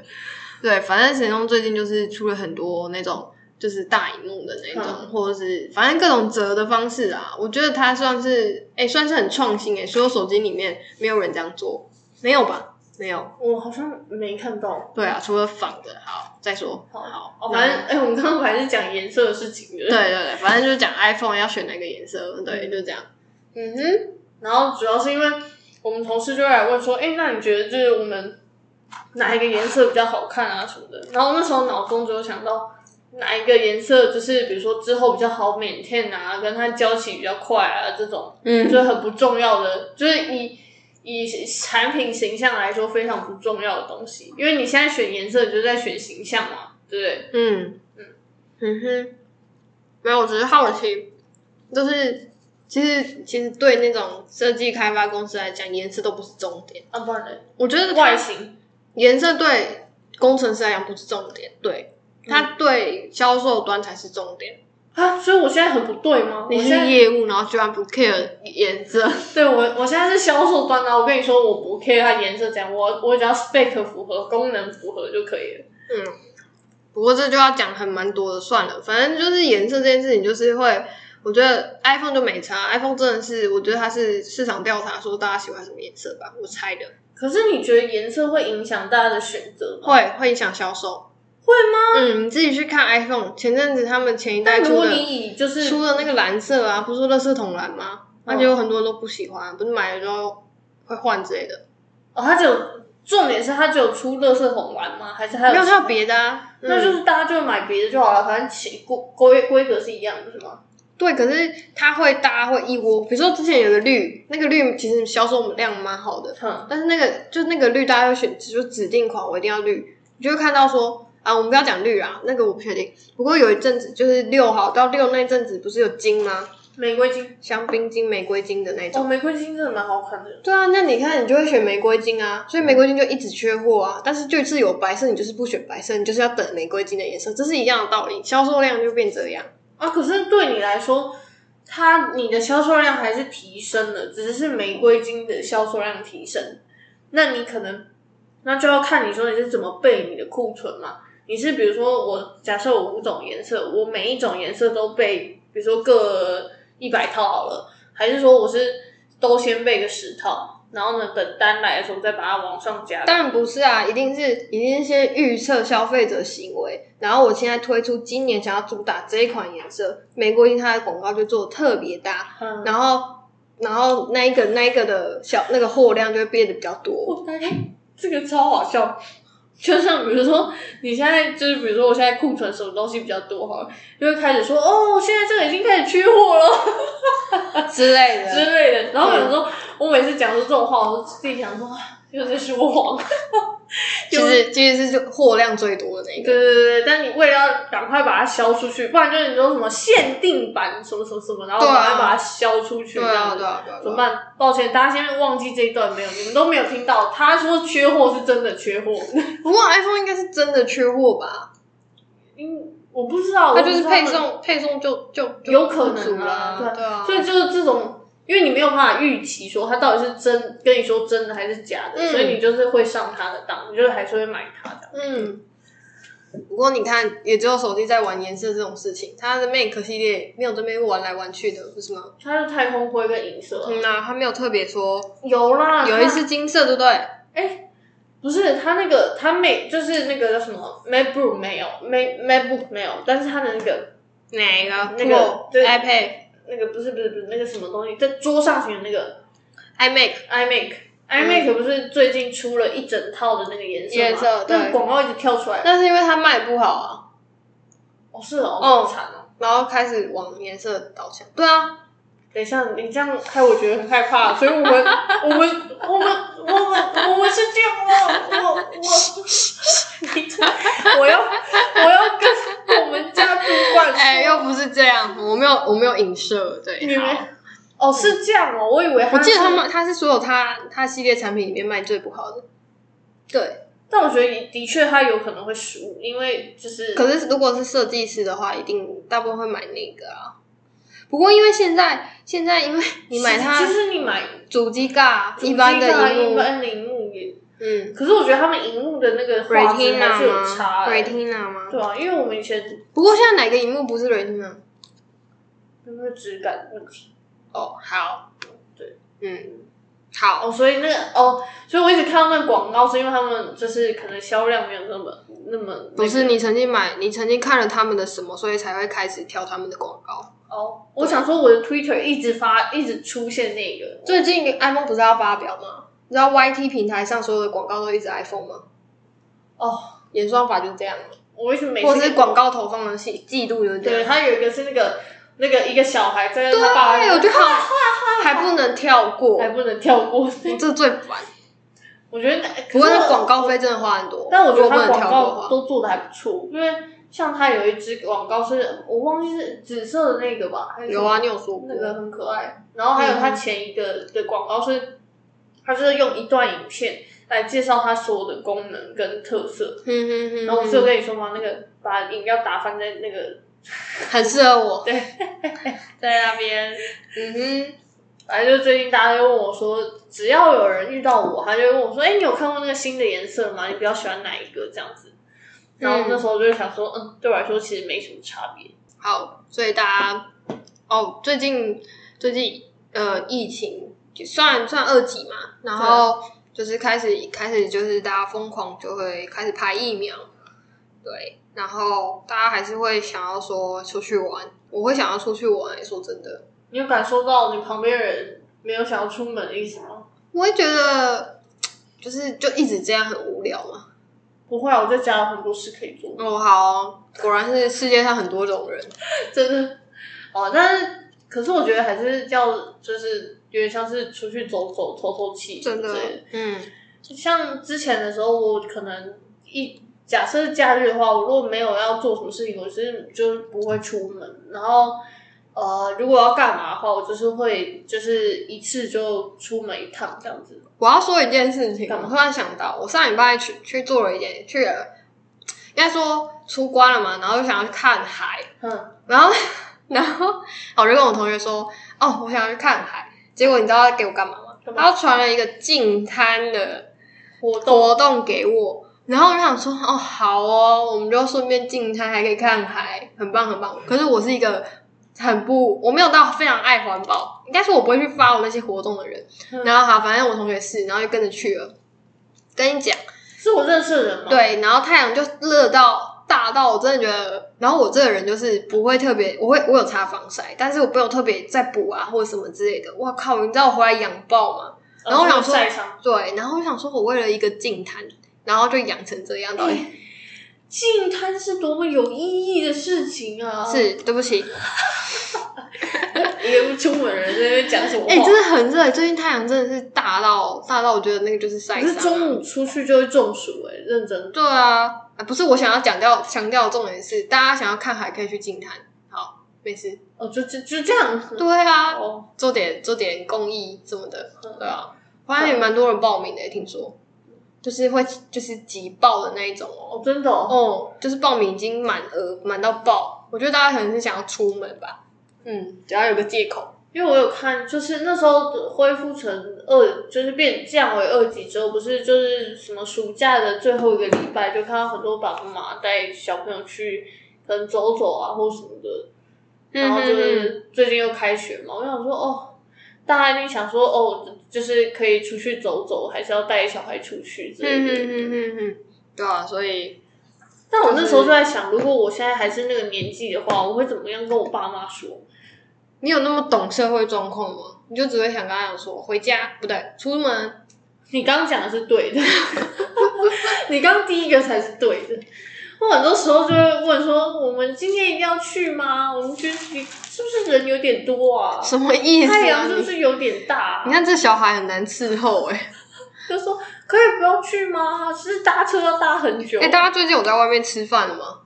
S1: 对，反正神通最近就是出了很多那种就是大荧幕的那种，
S2: 嗯
S1: 或者是反正各种折的方式啊。我觉得它算是哎、算是很创新哎、所有手机里面没有人这样做，没有吧？没有。
S2: 我好像没看到。
S1: 对啊，除了仿的，好再说。
S2: 好
S1: 好
S2: 哦，
S1: 那
S2: 反正哎、我们刚刚还是讲颜色的事情 的。
S1: 对对对，反正就是讲 iPhone 要选哪个颜色，对，
S2: 嗯
S1: 就这样。
S2: 嗯哼，然后主要是因为我们同事就会来问说，哎，那你觉得就是我们哪一个颜色比较好看啊什么的？然后那时候脑中只有想到哪一个颜色，就是比如说之后比较好 maintain 啊，跟它交期比较快啊这种，
S1: 嗯
S2: 就是很不重要的，就是以以产品形象来说非常不重要的东西，因为你现在选颜色你就在选形象嘛，对不对？
S1: 嗯嗯哼，没有，我只是好奇，就是其实其实对那种设计开发公司来讲，颜色都不是重点。
S2: 啊，不然呢
S1: 我觉得它
S2: 外形，
S1: 颜色对工程师来讲不是重点，对
S2: 嗯
S1: 它对销售端才是重点。
S2: 啊，所以我现在很不对吗？
S1: 你
S2: 我现在
S1: 是业务，然后居然不 care 颜色，
S2: 对我，我现在是销售端啊，我跟你说，我不 care 它颜色怎样，我我只要 spec 符合、功能符合就可以了。
S1: 嗯，不过这就要讲很蛮多的，算了，反正就是颜色这件事情，就是会，我觉得 iPhone 就没差，iPhone 真的是，我觉得它是市场调查说大家喜欢什么颜色吧，我猜的，
S2: 可是你觉得颜色会影响大家的选择吗？
S1: 会会影响销售，
S2: 会
S1: 吗？嗯，你自己去看 iPhone，前阵子他们前一代
S2: 但
S1: 出
S2: 如果
S1: 的
S2: 你以就是
S1: 出的那个蓝色啊，不是说垃圾桶蓝吗？那就
S2: 嗯
S1: 有很多人都不喜欢，不是买了之后会换之类的。
S2: 哦，它只有重点是它只有出乐色桶玩吗？还是还有
S1: 没有，还有别的啊。
S2: 那就
S1: 嗯、
S2: 是大家就买别的就好了，反正其规规规格是一样的，是吗？
S1: 对，可是它会大家会一窝，比如说之前有个绿，那个绿其实销售量蛮好的，
S2: 哼，
S1: 但是那个就那个绿，大家会选就指定款，我一定要绿。你就会看到说啊，我们不要讲绿啊，那个我不确定。不过有一阵子就是六号到六那阵子不是有金吗？
S2: 玫瑰金
S1: 香槟金、玫瑰金的那种。
S2: 哦，玫瑰金真的蛮好看的。
S1: 对啊，那你看，你就会选玫瑰金啊，所以玫瑰金就一直缺货啊。但是就是有白色，你就是不选白色，你就是要等玫瑰金的颜色，这是一样的道理，销售量就变这样。
S2: 啊，可是对你来说，它你的销售量还是提升了，只是玫瑰金的销售量提升。那你可能那就要看你说你是怎么备你的库存嘛。你是比如说我假设我五种颜色，我每一种颜色都备，比如说各一百套好了，还是说我是都先备个十套，然后呢等单来的时候再把它往上加？
S1: 当然不是啊，一定是一定是先预测消费者行为，然后我现在推出今年想要主打这一款颜色，玫瑰金它的广告就做的特别大，
S2: 嗯，
S1: 然后然后那一个那一个的小那个货量就会变得比较多。
S2: 我大概这个超好笑。就像比如说，你现在就是比如说，我现在库存什么东西比较多哈，就会开始说哦，现在这个已经开始缺货了
S1: 之类的啊
S2: 之类的。然后有时候我每次讲出这种话，我就自己想说，啊又在说谎。
S1: 其实其实是货量最多的那一
S2: 对
S1: 个。
S2: 对对对，但你为了要赶快把它销出去，不然就是你说什么限定版什么什么什么，然后
S1: 对啊
S2: 赶快把它销出去，
S1: 对
S2: 这样
S1: 啊
S2: 子
S1: 对啊对啊！
S2: 怎么办？抱歉，大家先忘记这一段没有，你们都没有听到。他说缺货是真的缺货，
S1: 不过 iPhone 应该是真的缺货吧？
S2: 嗯，我不知道，
S1: 它就是配
S2: 我不知道他们，
S1: 送配送就就就
S2: 有可能
S1: 不
S2: 啊
S1: 足啦
S2: 对啊
S1: 对啊。
S2: 所以就是这种，因为你没有办法预期说他到底是真跟你说真的还是假的，
S1: 嗯
S2: 所以你就是会上他的当，你就是还是会买他的。
S1: 嗯，不过你看，也只有手机在玩颜色这种事情，它的 Make 系列没有这边玩来玩去的，不是吗？
S2: 他是太空灰跟银色啊、
S1: 嗯呐、它没有特别说
S2: 有啦，
S1: 有一次金色，对不对？
S2: 不是他那个，他没就是那个叫什么 MacBook 没有，Mac MacBook 没有，但是他的那个
S1: 哪个
S2: 那个
S1: Pro
S2: 对
S1: iPad、
S2: 那个不是不是不是那个什么东西，在桌上型的那个
S1: iMac，
S2: iMac。iMac 不是最近出了一整套的那个颜色吗？
S1: 嗯颜色对
S2: 那个广告一直跳出来。
S1: 但是因为它卖不好啊，
S2: 哦，是哦，
S1: 哦
S2: 好惨哦。
S1: 然后开始往颜色导向。对啊，
S2: 等一下，你这样开，我觉得很害怕，所以我 们我们我们我们我们是这样，我我我，你这我要我要跟我们家主管说，
S1: 哎、又不是这样，我没有我没有影射，
S2: 你
S1: 对。
S2: 们
S1: 好
S2: 哦是这样哦，我以为
S1: 哎我记得
S2: 是
S1: 他们，它是所有它它系列产品里面卖最不好的。对，
S2: 但我觉得的确他有可能会输，因为就是
S1: 可是如果是设计师的话，一定大部分会买那个啊。不过因为现在现在因为你买它
S2: 其实你买啊
S1: 主机尬一般的
S2: 一
S1: 荧幕，
S2: 般的荧幕也，
S1: 嗯
S2: 可是我觉得他们荧幕的那个画质
S1: 啊
S2: 还是有
S1: ，Retina 吗
S2: 差、欸。
S1: ？Retina 吗？
S2: 对啊，因为我们以前
S1: 不过现在哪个荧幕不是 Retina？
S2: 有没有质感问题
S1: 哦，好，
S2: 对，
S1: 嗯，好，
S2: 哦，所以那个哦，所以我一直看到那个广告，是因为他们就是可能销量没有那么那么、那个
S1: 不是你曾经买，你曾经看了他们的什么，所以才会开始挑他们的广告。
S2: 哦，我想说我的 Twitter 一直发一直出现那个，
S1: 最近 iPhone 不是要发表吗？你知道 YT 平台上所有的广告都一直 iPhone 吗？
S2: 哦，
S1: 演算法就是这样，
S2: 我为什么每次
S1: 或者是广告投放的记记录就是这
S2: 对，
S1: 样。
S2: 他有一个是那个那个一个小孩在
S1: 对，
S2: 他爸爸
S1: 我觉得好，还不能跳过
S2: 还，不能跳过，
S1: 这最烦。
S2: 我觉得那
S1: 不过
S2: 可是
S1: 它广
S2: 我
S1: 告费真的花很多，
S2: 但我觉得
S1: 如果不
S2: 他
S1: 能
S2: 广
S1: 跳过的
S2: 告
S1: 话，
S2: 都做的还不错，因为像他有一支广告是我忘记是紫色的那个吧，还是什么
S1: 有啊，，你有说过
S2: 那个很可爱。然后还有他前一个的广告是，他就是用一段影片来介绍他所有的功能跟特色。
S1: 嗯哼哼，
S2: 然后我不是有跟你说吗？那个把饮料打翻在那个
S1: 很适合我。
S2: 对，在那边。
S1: 嗯哼，
S2: 反正就最近大家都问我说，只要有人遇到我，他就会问我说：“哎、你有看过那个新的颜色吗？你比较喜欢哪一个？”这样子。然后那时候我就想说，嗯，对我来说其实没什么差别。
S1: 好，所以大家哦，最近最近呃，疫情就算算二级嘛，然后就是开始开始就是大家疯狂就会开始拍疫苗，对，然后大家还是会想要说出去玩，我会想要出去玩，说真的，
S2: 你有感受到你旁边人没有想要出门的意思吗？
S1: 我会觉得就是就一直这样很无聊嘛。
S2: 不会啊，我在家有很多事可以做，
S1: 哦，好哦果然是世界上很多种人，
S2: 真的。哦，但是可是我觉得还是要就是有点像是出去走走、透透气，
S1: 真的，嗯，
S2: 像之前的时候，我可能一假设是假日的话，我如果没有要做什么事情，我是就是不会出门。然后呃，如果要干嘛的话，我就是会就是一次就出门一趟这样子。
S1: 我要说一件事情，
S2: 干嘛
S1: 我突然想到，我上礼拜去去做了一件去了，应该说出关了嘛，然后就想要去看海，
S2: 嗯，
S1: 然后 然后我就跟我同学说，哦，我想要去看海，结果你知道他给我干嘛吗？
S2: 干嘛
S1: 他传了一个进滩的
S2: 活动
S1: 活动给我。然后我就想说，哦，好哦，我们就顺便进滩，还可以看海，很棒很棒。可是我是一个很不，我没有到非常爱环保，应该说我不会去发我那些活动的人。
S2: 嗯
S1: 然后好，反正我同学是，然后就跟着去了。跟你讲，
S2: 是我认识的人吗？，哦
S1: 对，然后太阳就热到大到我真的觉得，然后我这个人就是不会特别，我会我有擦防晒，但是我不用特别再补啊或者什么之类的。哇靠，你知道我回来养爆吗？然后我想说
S2: 晒伤
S1: 对，然后我想说，我为了一个净滩，然后就养成这样，到底
S2: 净滩是多么有意义的事情啊！
S1: 是对不起，
S2: 一个不出门的人在那边讲什么话？
S1: 哎、真的很热，最近太阳真的是大到大到，我觉得那个就是晒
S2: 可
S1: 伤、
S2: 是中午出去就会中暑哎、认真。
S1: 对啊，啊不是我想要讲掉强调的重点是，大家想要看海可以去近滩。好，没事。
S2: 哦，就就就这样子。
S1: 对啊，
S2: 哦，
S1: 做点做点公益什么的。对啊，好像也蛮多人报名的，听说就是会就是挤爆的那一种哦。
S2: 哦，真的哦。
S1: 哦，就是报名已经满额满到爆，我觉得大家可能是想要出门吧。嗯，只要有个借口。
S2: 因为我有看，就是那时候恢复成二，就是变降为二级之后，不是就是什么暑假的最后一个礼拜，就看到很多爸爸妈妈带小朋友去可能走走啊或什么的，
S1: 嗯
S2: 然后就是最近又开学嘛，我想说哦，大家一定想说哦，就是可以出去走走，还是要带小孩出去之
S1: 嗯
S2: 类
S1: 嗯
S2: 的。
S1: 嗯嗯嗯，对啊，所以
S2: 但我那时候就在想，如果我现在还是那个年纪的话，我会怎么样跟我爸妈说？
S1: 你有那么懂社会状况吗？你就只会想跟他讲说回家，不对，出门。
S2: 你刚刚讲的是对的， 你刚刚第一个才是对的。我很多时候就会问说，我们今天一定要去吗？我们觉得你是不是人有点多啊？
S1: 什么意思、啊？
S2: 太阳是不
S1: 你
S2: 是有点大、啊？
S1: 你看这小孩很难伺候哎、
S2: 就说可以不要去吗？是搭车要搭很久。
S1: 哎、大家最近有在外面吃饭了吗？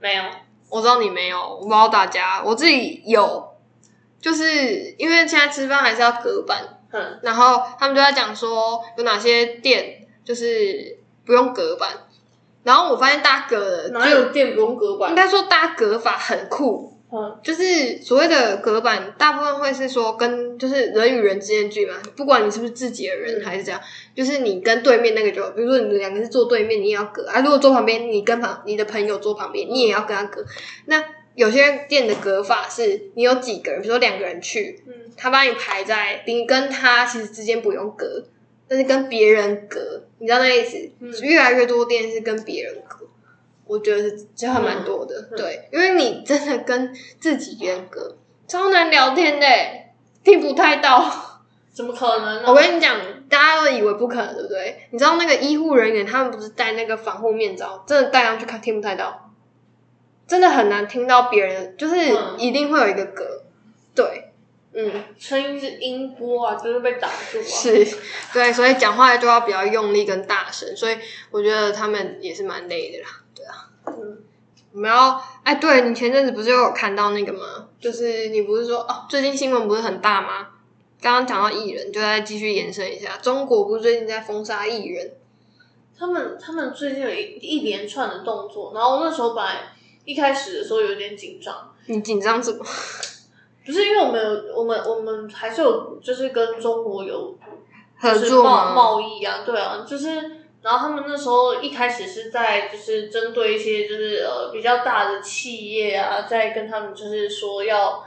S2: 没有，
S1: 我知道你没有，我不知道大家，我自己有，就是因为现在吃饭还是要隔板，
S2: 嗯，
S1: 然后他们就在讲说有哪些店就是不用隔板，然后我发现大家隔的
S2: 哪
S1: 呃就
S2: 有电不用隔
S1: 应
S2: 板？
S1: 该说大家隔法很酷，
S2: 嗯，
S1: 就是所谓的隔板，大部分会是说跟就是人与人之间的距离嘛，不管你是不是自己的人
S2: 嗯
S1: 还是怎样，就是你跟对面那个就，比如说你们两个是坐对面，你也要隔啊；如果坐旁边，你跟旁你的朋友坐旁边，你也要跟他隔。那有些店的隔法是你有几个人，比如说两个人去，
S2: 嗯
S1: 他把你排在你跟他其实之间不用隔，但是跟别人隔，你知道那意思？
S2: 嗯
S1: 越来越多店是跟别人隔，我觉得是这还蛮多的。
S2: 嗯
S1: 对，因为你真的跟自己人隔，超难聊天的、欸听不太
S2: 嗯
S1: 到。
S2: 怎么可能呢？
S1: 我跟你讲，大家都以为不可能，对不对？你知道那个医护人员他们不是戴那个防护面罩，真的戴上去看听不太到，真的很难听到别人，就是
S2: 嗯
S1: 一定会有一个隔。对，嗯，
S2: 声音是音波啊，就是被挡住啊。
S1: 是，对，所以讲话就要比较用力跟大声，所以我觉得他们也是蛮累的啦。啊
S2: 嗯，
S1: 我们要哎，对你前阵子不是有看到那个吗？就是你不是说哦，最近新闻不是很大吗？刚刚讲到艺人，就再继续延伸一下，中国不是最近在封杀艺人？
S2: 他们他们最近有一一连串的动作，然后我那时候本来一开始的时候有点紧张，
S1: 你紧张什么？
S2: 不是因为我们有我们我们还是有就是跟中国有
S1: 合
S2: 就是
S1: 作
S2: 贸
S1: 吗？
S2: 贸易啊，对啊，就是然后他们那时候一开始是在就是针对一些就是呃比较大的企业啊，在跟他们就是说要。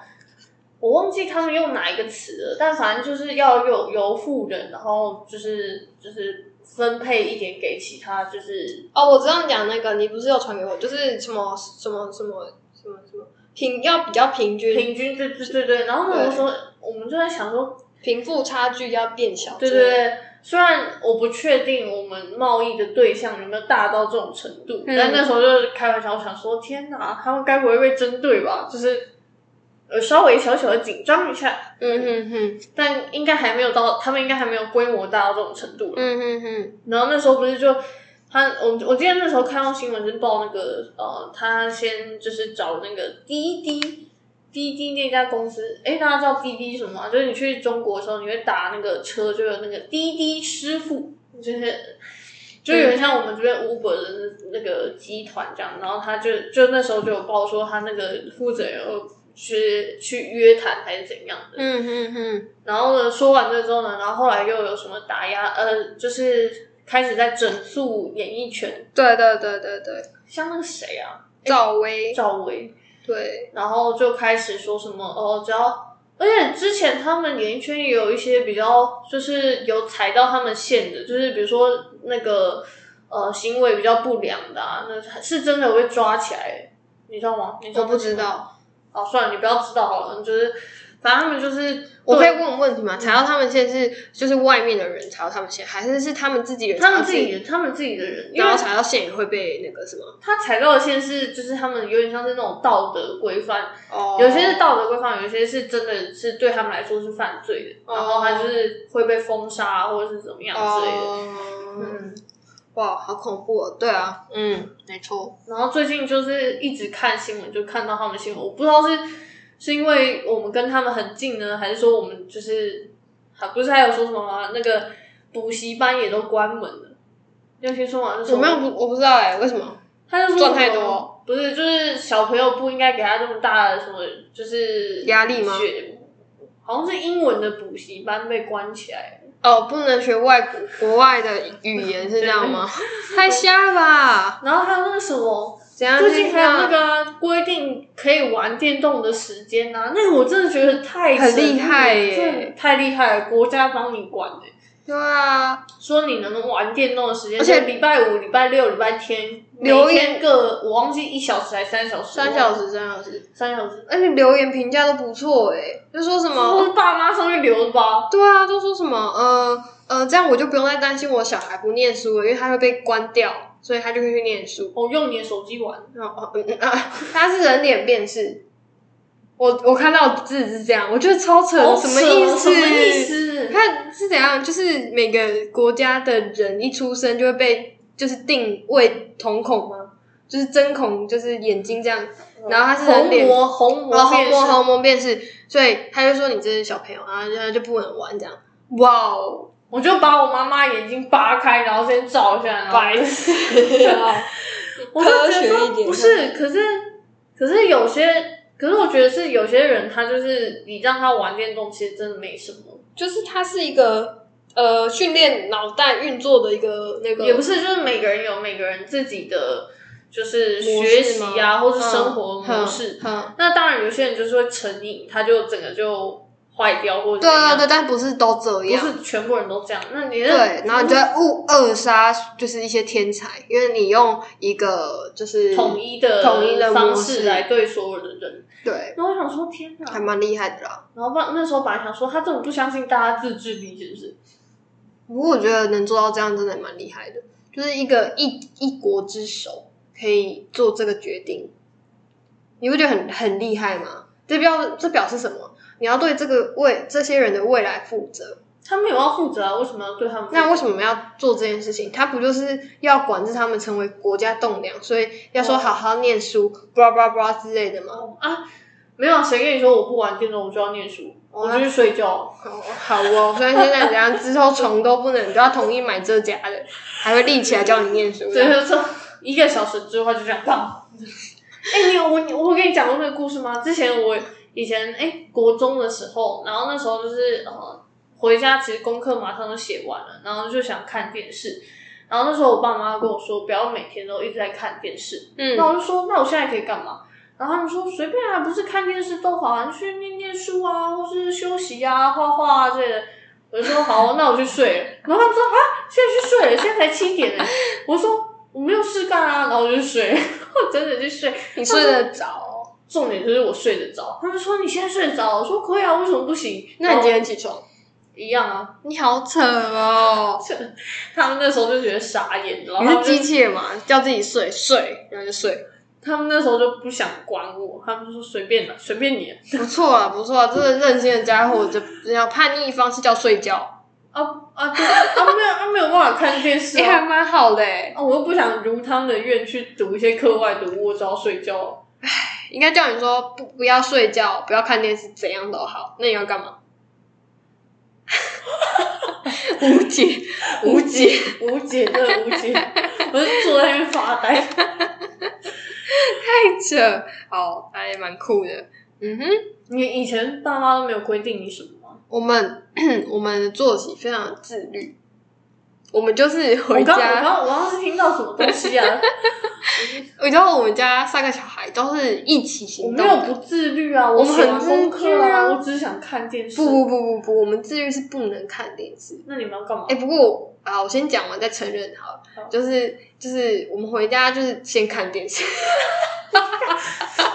S2: 我忘记他们用哪一个词了，但反正就是要有由富人，然后就是就是分配一点给其他，就是
S1: 哦，我知道你讲那个，你不是有传给我，就是什么什么什么什么什么贫要比较平均，
S2: 平均对对对对，然后我说我们就在想说，
S1: 贫富差距要变小。
S2: 对对对，虽然我不确定我们贸易的对象有没有大到这种程度，
S1: 嗯
S2: 但那时候就是开玩笑，我想说天哪，他们该不会被针对吧？就是呃稍微小小的紧张一下，
S1: 嗯哼哼，
S2: 但应该还没有到，他们应该还没有规模大到这种程度了。
S1: 嗯哼哼，
S2: 然后那时候不是就他，我我记得那时候看到新闻是报那个呃，他先就是找那个滴滴滴滴那家公司，诶，大家知道滴滴是什么吗？就是你去中国的时候，你会打那个车，就有那个滴滴师傅，就是。就有点像我们这边 Uber 的那那个集团这样，然后他就就那时候就有报说他那个负责人有去去约谈还是怎样的，
S1: 嗯哼哼，
S2: 然后呢，说完这之后呢，然后后来又有什么打压，呃，就是开始在整肃演艺圈，
S1: 对对对对对，
S2: 像那个谁啊，
S1: 赵薇，
S2: 赵薇，
S1: 对，
S2: 然后就开始说什么哦，只要，而且之前他们演艺圈也有一些比较，就是有踩到他们线的，就是比如说那个呃行为比较不良的、啊，那是真的有被抓起来，你知道吗？你知道
S1: 我
S2: 吗
S1: 不知道。
S2: 哦，算了，你不要知道好了，就是反正他们就是
S1: 我
S2: 对
S1: 可以问问题吗？查到他们现在是就是外面的人查到他们现在，还是是他们自己人查
S2: 他
S1: 到
S2: 们自己，他们自己的人，因
S1: 然
S2: 为
S1: 后查到线也会被那个什么？
S2: 他踩到的线是就是他们有点像是那种道德规范，
S1: 哦
S2: 有些是道德规范，有些是真的是对他们来说是犯罪的，
S1: 哦
S2: 然后他就是会被封杀或者是怎么样之类的。
S1: 哦，
S2: 嗯，
S1: 哇，好恐怖哦！对啊，嗯，没错，
S2: 然后最近就是一直看新闻，就看到他们新闻，我不知道是是因为我们跟他们很近呢，还是说我们就是，还不是还有说什么吗那个补习班也都关门了，你有听说吗？那时
S1: 我
S2: 候
S1: 没有不我不知道哎，为什么？
S2: 他就说
S1: 赚
S2: 什么
S1: 太多，
S2: 不是就是小朋友不应该给他这么大的什么，就是
S1: 压力吗
S2: 学？好像是英文的补习班被关起来，
S1: 哦，不能学外国国外的语言是这样 吗？太瞎了吧！
S2: 然后还有那个什么，
S1: 怎样？
S2: 最近还有那
S1: 就是
S2: 个啊规定可以玩电动的时间啊，那个我真的觉得太
S1: 很
S2: 神
S1: 厉害耶
S2: 真的太厉害了，国家帮你管的、
S1: 这样对啊，
S2: 说你能玩电动的时间，
S1: 而且
S2: 礼拜五、礼拜六、礼拜天，每
S1: 留
S2: 天
S1: 言
S2: 各我忘记一小时还是三小时，
S1: 三小时，三小时，
S2: 三小时，
S1: 而且留言评价都不错哎，就说什么
S2: 都是爸妈上去留的吧？
S1: 对啊，都说什么呃呃，这样我就不用再担心我小孩不念书了，因为他会被关掉，所以他就会去念书。
S2: 我哦用你的手机玩，
S1: 然后哦嗯嗯啊， 他是人脸辨识。我我看到字是这样，我觉得超扯，
S2: 好
S1: 哦什
S2: 扯哦
S1: 么意思？
S2: 什么意？思？
S1: 看是怎样，就是每个国家的人一出生就会被就是定位瞳孔吗？就是针孔，就是眼睛这样，然后他是啊人
S2: 虹
S1: 脸
S2: 膜
S1: 然
S2: 虹膜
S1: 后
S2: 变
S1: 虹膜
S2: 色，
S1: 虹膜辨识，所以他就说你这是小朋友，然后他就不能玩这样。哇哦！
S2: 我就把我妈妈眼睛扒开，然后先照一下，然后
S1: 白痴、啊！
S2: 我就
S1: 科
S2: 觉
S1: 学
S2: 得
S1: 一
S2: 说
S1: 点
S2: 不是，可是可是有些，可是我觉得是有些人他就是你让他玩电动，其实真的没什么，
S1: 就是它是一个呃训练脑袋运作的一个那个，
S2: 也不是就是每个人有每个人自己的就是
S1: 模
S2: 学
S1: 式
S2: 习啊，
S1: 吗
S2: 或是生活模式。
S1: 嗯，
S2: 那当然有些人就是会成瘾，他就整个就坏掉或者
S1: 对啊
S2: 怎样
S1: 对对，但不是都这
S2: 不
S1: 样。
S2: 是全部人都这样。那你
S1: 对，然后你就会误扼杀，就是一些天才，因为你用一个就是
S2: 统一的
S1: 统一的
S2: 方
S1: 模
S2: 式
S1: 式
S2: 来对所有的人。
S1: 对，
S2: 然后我想说，天哪！
S1: 还蛮厉害的啦。
S2: 然后不然那时候本来想说，他这么不相信大家自制力，是不是？
S1: 不过我觉得能做到这样真的蛮厉害的，就是一个一一国之首可以做这个决定，你不觉得很很厉害吗？这表这表示什么？你要对这个未这些人的未来负责，
S2: 他们有要负责啊，为什么要对他们？
S1: 那为什么要做这件事情？他不就是要管制他们成为国家栋梁，所以要说
S2: 哦
S1: 好好念书，blah blah blah 之类的吗？
S2: 么啊？没有啊，谁跟你说我不玩电动我就要念书，
S1: 哦
S2: 我就去睡觉？啊
S1: 好好哦，虽然现在人家之后虫都不能，你都要同意买这家的，还会立起来教你念书。
S2: 所以就说一个小时之后就这样棒。 哎、你有我你我跟你讲过那个故事吗？之前我以前哎、国中的时候，然后那时候就是呃回家，其实功课马上就写完了，然后就想看电视。然后那时候我爸妈跟我说，不要每天都一直在看电视。
S1: 嗯
S2: 那，我就说，那我现在可以干嘛？然后他们说随便啊，不是看电视都好啊，你去念念书啊，或是休息啊、画画啊之类的。我就说好，那我去睡了。然后他们说啊，现在去睡了，现在才七点呢。我说我没有事干啊，然后我就睡 了，我真的去睡。
S1: 你睡得着？
S2: 重点就是我睡得着。他们说你现在睡得着，我说可以啊，为什么不行？
S1: 那你今
S2: 然
S1: 天起床？
S2: 后一样啊。
S1: 你好扯哦！
S2: 他们那时候就觉得傻眼，然后
S1: 你
S2: 他
S1: 是
S2: 们就
S1: 机器人嘛？叫自己睡睡，然后就睡，
S2: 他们那时候就不想管我，他们就说随便啦，随便你啊
S1: 不错啊，不错啊，这个任性的家伙，就要叛逆方式叫睡觉，
S2: 啊啊对啊没有啊没有办法看 电视
S1: 也还
S2: 啊。
S1: 蛮好的哎。
S2: 啊，我又不想如他们的愿去读一些课外读物，我只要睡觉。啊
S1: 应该叫你说不不要睡觉，不要看电视，怎样都好。那你要干嘛？ 无解， 无解，
S2: 无解，真的无解，我就坐在那边发呆。
S1: 太扯。好，还蛮酷的。嗯哼，
S2: 你以前爸妈都没有规定你什么吗？
S1: 我们 我们的作息非常自律，我们就是回
S2: 我刚我
S1: 家，
S2: 刚我刚是听到什么东 西啊？
S1: 你知道我们家三个小孩都是一起
S2: 我
S1: 行
S2: 没
S1: 动
S2: 有
S1: 的。
S2: 不自律啊，
S1: 我们
S2: 写完
S1: 很
S2: 功
S1: 自律
S2: 课
S1: 啊
S2: 我只是想看电视。
S1: 不不不不不，我们自律是不能看电视的。
S2: 那你们要干嘛
S1: 哎、？不过啊，我先讲完再承认好了。
S2: 好
S1: 就是就是我们回家就是先看电视，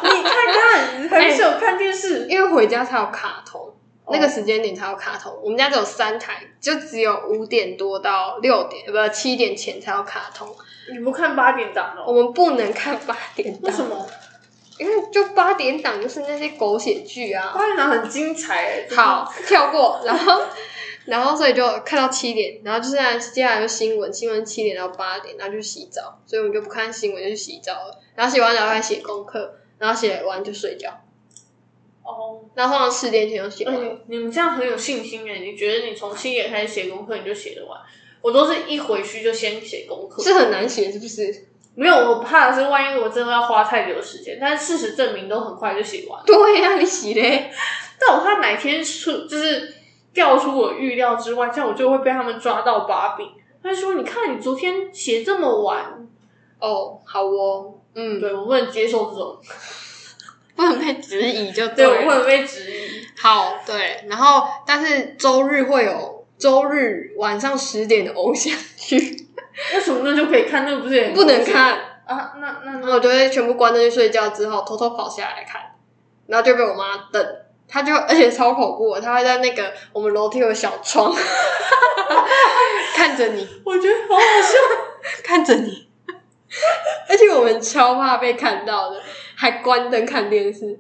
S2: 你看看，
S1: 哎
S2: 很久看电视，
S1: 因为回家才有卡通，
S2: 哦
S1: 那个时间点才有卡通。我们家只有三台，就只有五点多到六点，呃不七点前才有卡通。
S2: 你不看八点档
S1: 我
S2: 哦？
S1: 们不能看八点档，
S2: 为什？么？
S1: 因为就八点档就是那些狗血剧啊。
S2: 八点档很精彩哎、真的，
S1: 好，跳过，然后，然后所以就看到七点，然后就是那接下来就新闻，新闻七点到八点，然后就洗澡，所以我们就不看新闻，就去洗澡了。然后洗完澡开始写功课，然后写完就睡觉，
S2: 哦。
S1: 然后通常十点前就写完。
S2: 嗯，你们这样很有信心哎、你觉得你从七点开始写功课，你就写得完？我都是一回去就先写功课，
S1: 是很难写，是不是？
S2: 没有，我怕的是万一我真的要花太久的时间，但是事实证明都很快就写完了。
S1: 对呀、你洗嘞，
S2: 但我怕哪天出就是掉出我预料之外，这样我就会被他们抓到把柄。他就说：“你看，你昨天写这么晚，
S1: 哦，好哦，嗯，
S2: 对我不能接受这种，
S1: 不能被质疑就
S2: 对
S1: 了
S2: 我会被质疑。
S1: 好对，然后但是周日会有周日晚上十点的偶像剧，
S2: 为什么那就可以看，那个不是也很
S1: 不能
S2: 公平
S1: 看，
S2: 啊？那那
S1: 然
S2: 那
S1: 后我就会全部关灯去睡觉，之后偷偷跑下来看，然后就被我妈瞪。她就而且超恐怖的，她会在那个我们楼梯有小窗， 看着你，
S2: 我觉得好好笑。
S1: 看着你， 而且我们超怕被看到的，还关灯看电视，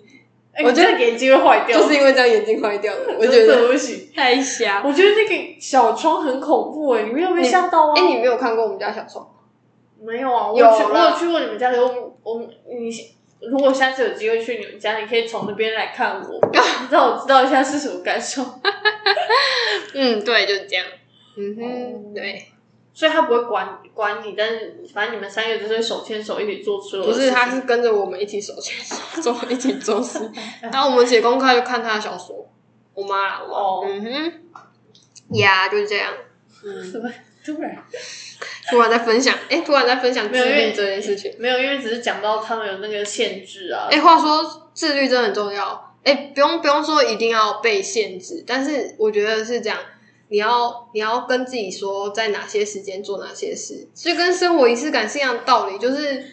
S2: 哎
S1: 我
S2: 你
S1: 觉得
S2: 这个眼睛会坏掉，
S1: 就是因为这样眼睛坏掉了。我觉
S2: 真的
S1: 得
S2: 不行。
S1: 太瞎。
S2: 我觉得那个小窗很恐怖哎、你没有被吓到吗？
S1: 哎、你没有看过我们家小窗？
S2: 没有啊，我
S1: 有
S2: 去我
S1: 啦
S2: 有去过你们家，可是我我你如果下次有机会去你们家，你可以从那边来看我， 让我知道一下是什么感受。
S1: 嗯，对，就是这样。嗯
S2: 哦
S1: 哼，对，
S2: 所以他不会管管你，但是反正你们三个就是手牵手一起做所有
S1: 不
S2: 的事
S1: 是，
S2: 情
S1: 他是跟着我们一起手牵手做，一起做事。然后我们写功课就看他的小说，我妈啦，我妈。
S2: 哦
S1: 嗯哼，呀、就是这样。嗯，
S2: 什 么突然
S1: 突然在分享，哎、突然在分享
S2: 没
S1: 自
S2: 有因为呃
S1: 律这件事情。
S2: 没有，因为只是讲到他们有那个限制啊。
S1: 哎、话说自律真的很重要。哎、不用不用说一定要被限制，但是我觉得是这样，你要你要跟自己说在哪些时间做哪些事，就跟生活仪式感是一样的道理，就是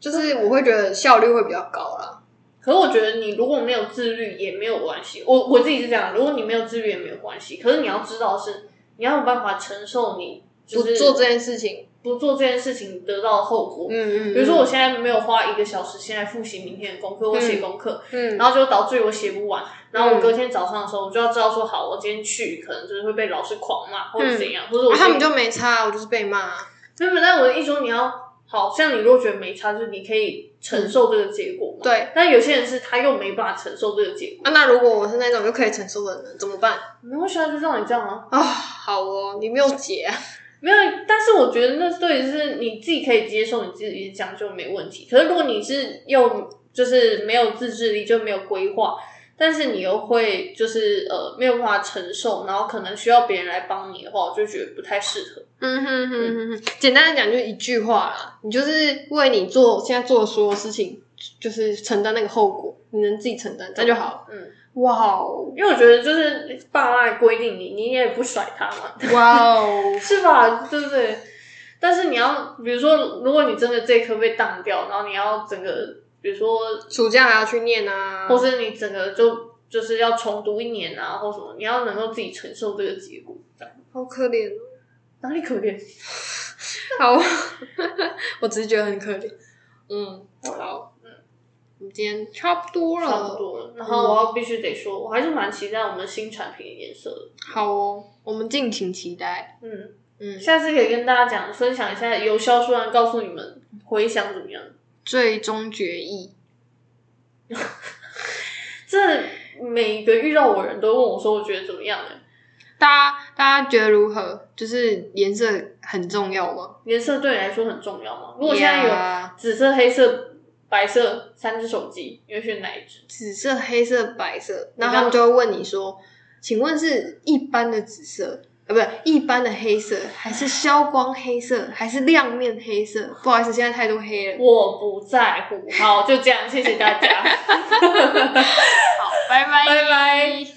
S1: 就是我会觉得效率会比较高啦。
S2: 可是我觉得你如果没有自律也没有关系，我我自己是这样，如果你没有自律也没有关系，可是你要知道的是你要有办法承受你就
S1: 不
S2: 是
S1: 做这件事情，
S2: 不做这件事情得到的后果。
S1: 嗯嗯，
S2: 比如说，我现在没有花一个小时，现在复习明天的功课，我写功课，
S1: 嗯，
S2: 然后就导致于我写不完。然后我
S1: 嗯
S2: 隔天早上的时候，我就要知道说，好，我今天去可能就是会被老师狂骂，或者怎样，或者我
S1: 嗯啊他们
S2: 就
S1: 就没差，我就是被骂啊，
S2: 没有，没有但我的意思说你要好像你如果觉得没差，就是你可以承受这个结果嘛。
S1: 对
S2: 但有些人是他又没办法承受这个结果，
S1: 啊。那如果我是那种就可以承受的人，怎么办
S2: 没有，现在就让你这样啊。
S1: 啊？好哦，你没有解啊，
S2: 没有，但是我觉得那对是你自己可以接受，你自己讲就没问题。可是如果你是又就是没有自制力，就没有规划，但是你又会就是呃没有办法承受，然后可能需要别人来帮你的话，我就觉得不太适合。
S1: 嗯哼哼哼哼，简单的讲就是一句话啦，你就是为你做现在做的所有事情，就是承担那个后果，你能自己承担，这样就好了。
S2: 嗯，
S1: 哇哦，
S2: 因为我觉得就是爸妈也规定你，你也不甩他嘛，
S1: 哇哦，
S2: 是吧？对不对？但是你要，比如说，如果你真的这一科被当掉，然后你要整个，比如说
S1: 暑假还要去念啊，
S2: 或是你整个就就是要重读一年啊，或什么，你要能够自己承受这个结果，这样
S1: 好可怜哦。
S2: 哪里可怜？
S1: 好， 我只是觉得很可怜。嗯，好，我们今天差不多了，
S2: 差不多了。然后我要必须得说，我还是蛮期待我们的新产品的颜色的。
S1: 好哦，我们敬请期待。
S2: 嗯，
S1: 嗯，
S2: 下次可以跟大家讲分享一下邮销书然告诉你们回想怎么样。
S1: 最终决议。
S2: 这每个遇到我的人都问我说，我觉得怎么样、欸？
S1: 大家大家觉得如何？就是颜色很重要吗？
S2: 颜色对你来说很重要吗？如果现在有
S1: Yeah，
S2: 紫色、黑色、白色三只手机，你会选哪一只？
S1: 紫色、黑色、白色，
S2: 你知
S1: 那
S2: 道
S1: 他们就会问你说：“请问是一般的紫色，呃，不是一般的黑色，还是消光黑色，还是亮面黑色？”不好意思，现在太多黑了。
S2: 我不在乎。好，就这样，谢谢大家。
S1: 好，拜拜
S2: 拜拜。